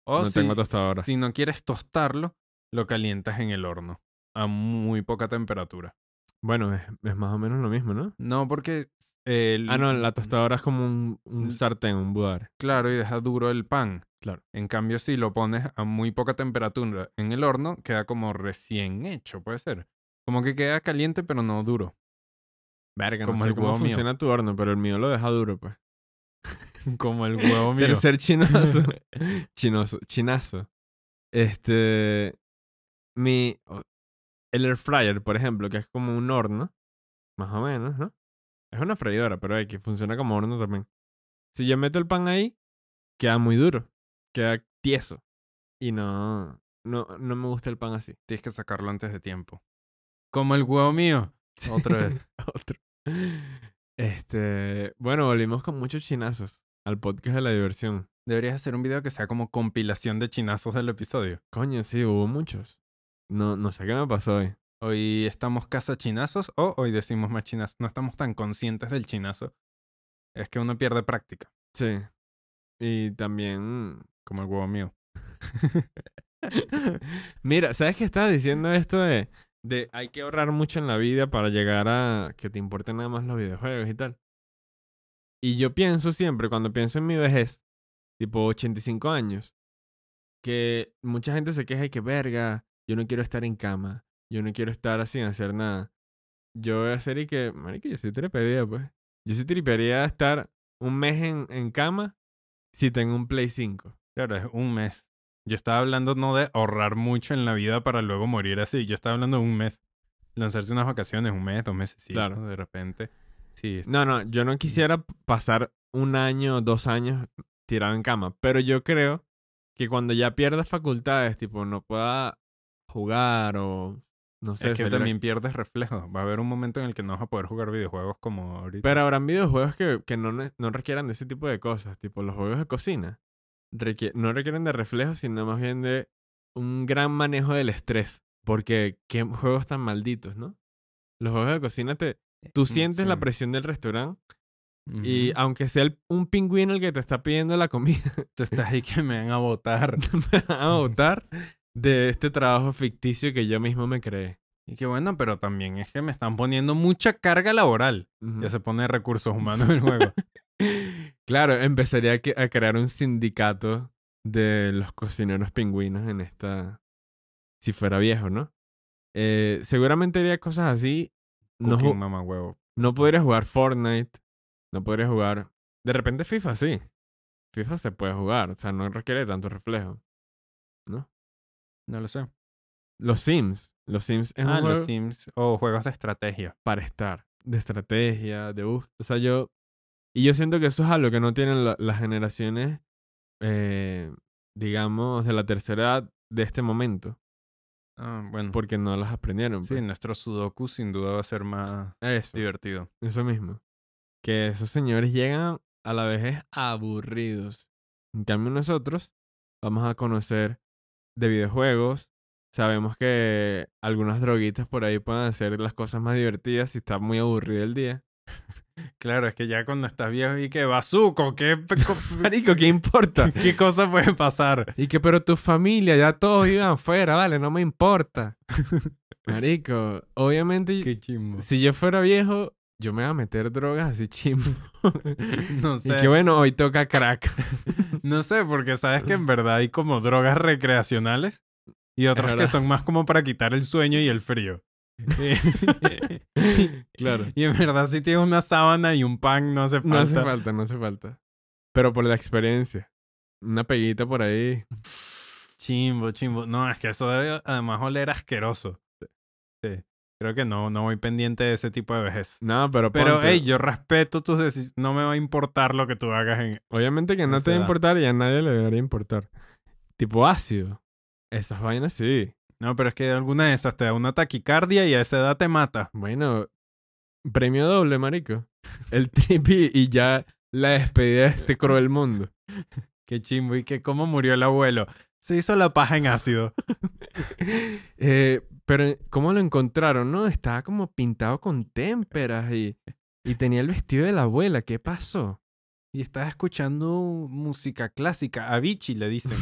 [SPEAKER 2] O
[SPEAKER 1] no tengo tostadora.
[SPEAKER 2] Si no quieres tostarlo, lo calientas en el horno. A muy poca temperatura.
[SPEAKER 1] bueno, es, es más o menos lo mismo, ¿no?
[SPEAKER 2] No, porque. el-
[SPEAKER 1] Ah, no, la tostadora es como un, un
[SPEAKER 2] L-
[SPEAKER 1] sartén, un budare.
[SPEAKER 2] Claro, y deja duro el pan.
[SPEAKER 1] Claro.
[SPEAKER 2] En cambio, si lo pones a muy poca temperatura en el horno, queda como recién hecho, puede ser. Como que queda caliente, pero no duro.
[SPEAKER 1] Verga,
[SPEAKER 2] no
[SPEAKER 1] como
[SPEAKER 2] sé
[SPEAKER 1] el
[SPEAKER 2] cómo
[SPEAKER 1] cómo funciona
[SPEAKER 2] funciona
[SPEAKER 1] tu horno, pero el mío lo deja duro, pues.
[SPEAKER 2] Como el huevo mío.
[SPEAKER 1] Tercer chinazo. chinoso, chinazo. Este. Mi. o- El air fryer, por ejemplo, que es como un horno. Más o menos, ¿no? Es una freidora, pero es que funciona como horno también. Si yo meto el pan ahí, queda muy duro. Queda tieso. Y no. No, no me gusta el pan así.
[SPEAKER 2] Tienes que sacarlo antes de tiempo. Como el huevo mío. Otra vez.
[SPEAKER 1] Otro. Este. Bueno, volvimos con muchos chinazos al podcast de la diversión.
[SPEAKER 2] Deberías hacer un video que sea como compilación de chinazos del episodio.
[SPEAKER 1] Coño, sí, hubo muchos. No, no sé qué me pasó hoy.
[SPEAKER 2] Hoy estamos casa chinazos o hoy decimos más chinazos. No estamos tan conscientes del chinazo. Es que uno pierde práctica,
[SPEAKER 1] Sí. Y también.
[SPEAKER 2] como el huevo mío.
[SPEAKER 1] Mira, ¿sabes qué estaba diciendo esto de, de hay que ahorrar mucho en la vida para llegar a que te importen nada más los videojuegos y tal? Y yo pienso siempre, cuando pienso en mi vejez, tipo 85 años, que mucha gente se queja y que verga, yo no quiero estar en cama, yo no quiero estar sin hacer nada. Yo voy a hacer y que, marico, yo sí tripearía, pues. Yo sí tripearía estar un mes en, en cama si tengo un Play 5.
[SPEAKER 2] Claro, es un mes. Yo estaba hablando no de ahorrar mucho en la vida para luego morir así. Yo estaba hablando de un mes. Lanzarse unas vacaciones, un mes, dos meses.
[SPEAKER 1] Claro.
[SPEAKER 2] De repente. Sí,
[SPEAKER 1] No, no, yo no quisiera p- pasar un año, dos años tirado en cama, pero yo creo que cuando ya pierdas facultades, tipo, no pueda jugar o no sé.
[SPEAKER 2] es que
[SPEAKER 1] salir a-
[SPEAKER 2] también pierdes reflejos. Va a haber un momento en el que no vas a poder jugar videojuegos como ahorita.
[SPEAKER 1] Pero habrán videojuegos que, que no, ne- no requieran de ese tipo de cosas, tipo los juegos de cocina. requie- no requieren de reflejos, sino más bien de un gran manejo del estrés. Porque qué juegos tan malditos, ¿no? Los juegos de cocina te... Tú
[SPEAKER 2] Mm,
[SPEAKER 1] sientes la
[SPEAKER 2] sí.
[SPEAKER 1] presión del restaurante y
[SPEAKER 2] Ujú.
[SPEAKER 1] aunque sea el- un pingüino el que te está pidiendo la comida,
[SPEAKER 2] Tú estás ahí que me van a votar.
[SPEAKER 1] me van a votar de este trabajo ficticio que yo mismo me creé.
[SPEAKER 2] y que bueno, pero también es que me están poniendo mucha carga laboral.
[SPEAKER 1] Ujú.
[SPEAKER 2] Ya se pone recursos humanos en el juego.
[SPEAKER 1] Claro, empezaría a, que- a crear un sindicato de los cocineros pingüinos en esta. Si fuera viejo, ¿no? Eh, seguramente haría cosas así. No,
[SPEAKER 2] Cooking
[SPEAKER 1] ju-
[SPEAKER 2] mamá huevo.
[SPEAKER 1] no podría jugar Fortnite. No podría jugar. De repente FIFA sí. FIFA se puede jugar. O sea, no requiere tanto reflejo.
[SPEAKER 2] No lo sé.
[SPEAKER 1] Los Sims. Los Sims es
[SPEAKER 2] ah,
[SPEAKER 1] un juego
[SPEAKER 2] los Sims o juegos de estrategia.
[SPEAKER 1] para estar. De estrategia, de búsqueda. O sea, yo. Y yo siento que eso es algo que no tienen la- las generaciones, eh, digamos, de la tercera edad de este momento.
[SPEAKER 2] Ah, bueno.
[SPEAKER 1] Porque no las aprendieron.
[SPEAKER 2] Sí,
[SPEAKER 1] pues.
[SPEAKER 2] nuestro Sudoku sin duda va a ser más
[SPEAKER 1] Eso,
[SPEAKER 2] divertido.
[SPEAKER 1] eso mismo. Que esos señores llegan a la vejez aburridos. En cambio, nosotros vamos a conocer de videojuegos. Sabemos que algunas droguitas por ahí pueden hacer las cosas más divertidas si está muy aburrido el día.
[SPEAKER 2] Claro, es que ya cuando estás viejo y que bazuco, ¿qué, pe- co-
[SPEAKER 1] Marico, ¿qué importa?
[SPEAKER 2] ¿qué cosa puede pasar?
[SPEAKER 1] Y que, pero tu familia, ya todos viven afuera, vale, no me importa. Marico, obviamente,
[SPEAKER 2] Qué chimbo.
[SPEAKER 1] si yo fuera viejo, yo me iba a meter drogas así chimbo.
[SPEAKER 2] No
[SPEAKER 1] y
[SPEAKER 2] sé,
[SPEAKER 1] que bueno, hoy toca crack.
[SPEAKER 2] no sé, porque sabes que en verdad hay como drogas recreacionales y otras que
[SPEAKER 1] verdad.
[SPEAKER 2] son más como para quitar el sueño y el frío.
[SPEAKER 1] Claro.
[SPEAKER 2] Y en verdad si tienes una sábana y un pan no hace falta.
[SPEAKER 1] No hace falta, no hace falta. Pero por la experiencia. Una peguita por ahí.
[SPEAKER 2] Chimbo, chimbo. No, es que eso debe además oler asqueroso. Sí. Creo que no, no voy pendiente de ese tipo de vejez.
[SPEAKER 1] No, pero
[SPEAKER 2] Pero,
[SPEAKER 1] ponte.
[SPEAKER 2] hey, yo respeto tus decisiones. No me va a importar lo que tú hagas en...
[SPEAKER 1] Obviamente que no
[SPEAKER 2] Esa
[SPEAKER 1] te va a
[SPEAKER 2] edad.
[SPEAKER 1] importar y a nadie le debería importar. Tipo ácido. Esas vainas sí.
[SPEAKER 2] No, pero es que alguna de esas te da una taquicardia y a esa edad te mata.
[SPEAKER 1] Bueno, premio doble, marico. El trip y, y ya la despedida de este cruel mundo.
[SPEAKER 2] Qué chimbo. ¿Y que cómo murió el abuelo? Se hizo la paja en ácido.
[SPEAKER 1] Eh, pero, ¿cómo lo encontraron, no? Estaba como pintado con témperas y, y tenía el vestido de la abuela. ¿Qué pasó?
[SPEAKER 2] Y estás escuchando música clásica. Avicii le dicen.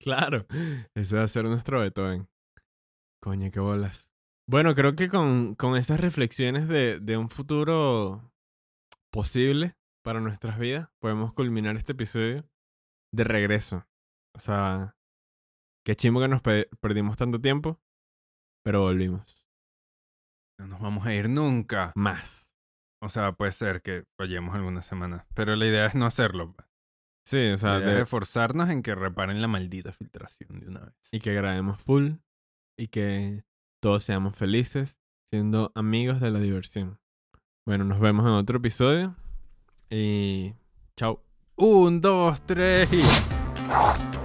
[SPEAKER 1] Claro. Ese va a ser nuestro Beethoven. Coño, qué bolas. Bueno, creo que con, con esas reflexiones de, de un futuro posible para nuestras vidas, podemos culminar este episodio de regreso. O sea, qué chimbo que nos pe- perdimos tanto tiempo, pero volvimos.
[SPEAKER 2] No nos vamos a ir nunca.
[SPEAKER 1] Más.
[SPEAKER 2] O sea, puede ser que vayamos algunas semanas. Pero la idea es no hacerlo.
[SPEAKER 1] Sí, o sea,
[SPEAKER 2] La idea es
[SPEAKER 1] de-
[SPEAKER 2] esforzarnos en que reparen la maldita filtración de una vez.
[SPEAKER 1] y que grabemos full y que todos seamos felices siendo amigos de la diversión. Bueno, nos vemos en otro episodio y chao.
[SPEAKER 2] Un, dos, tres y...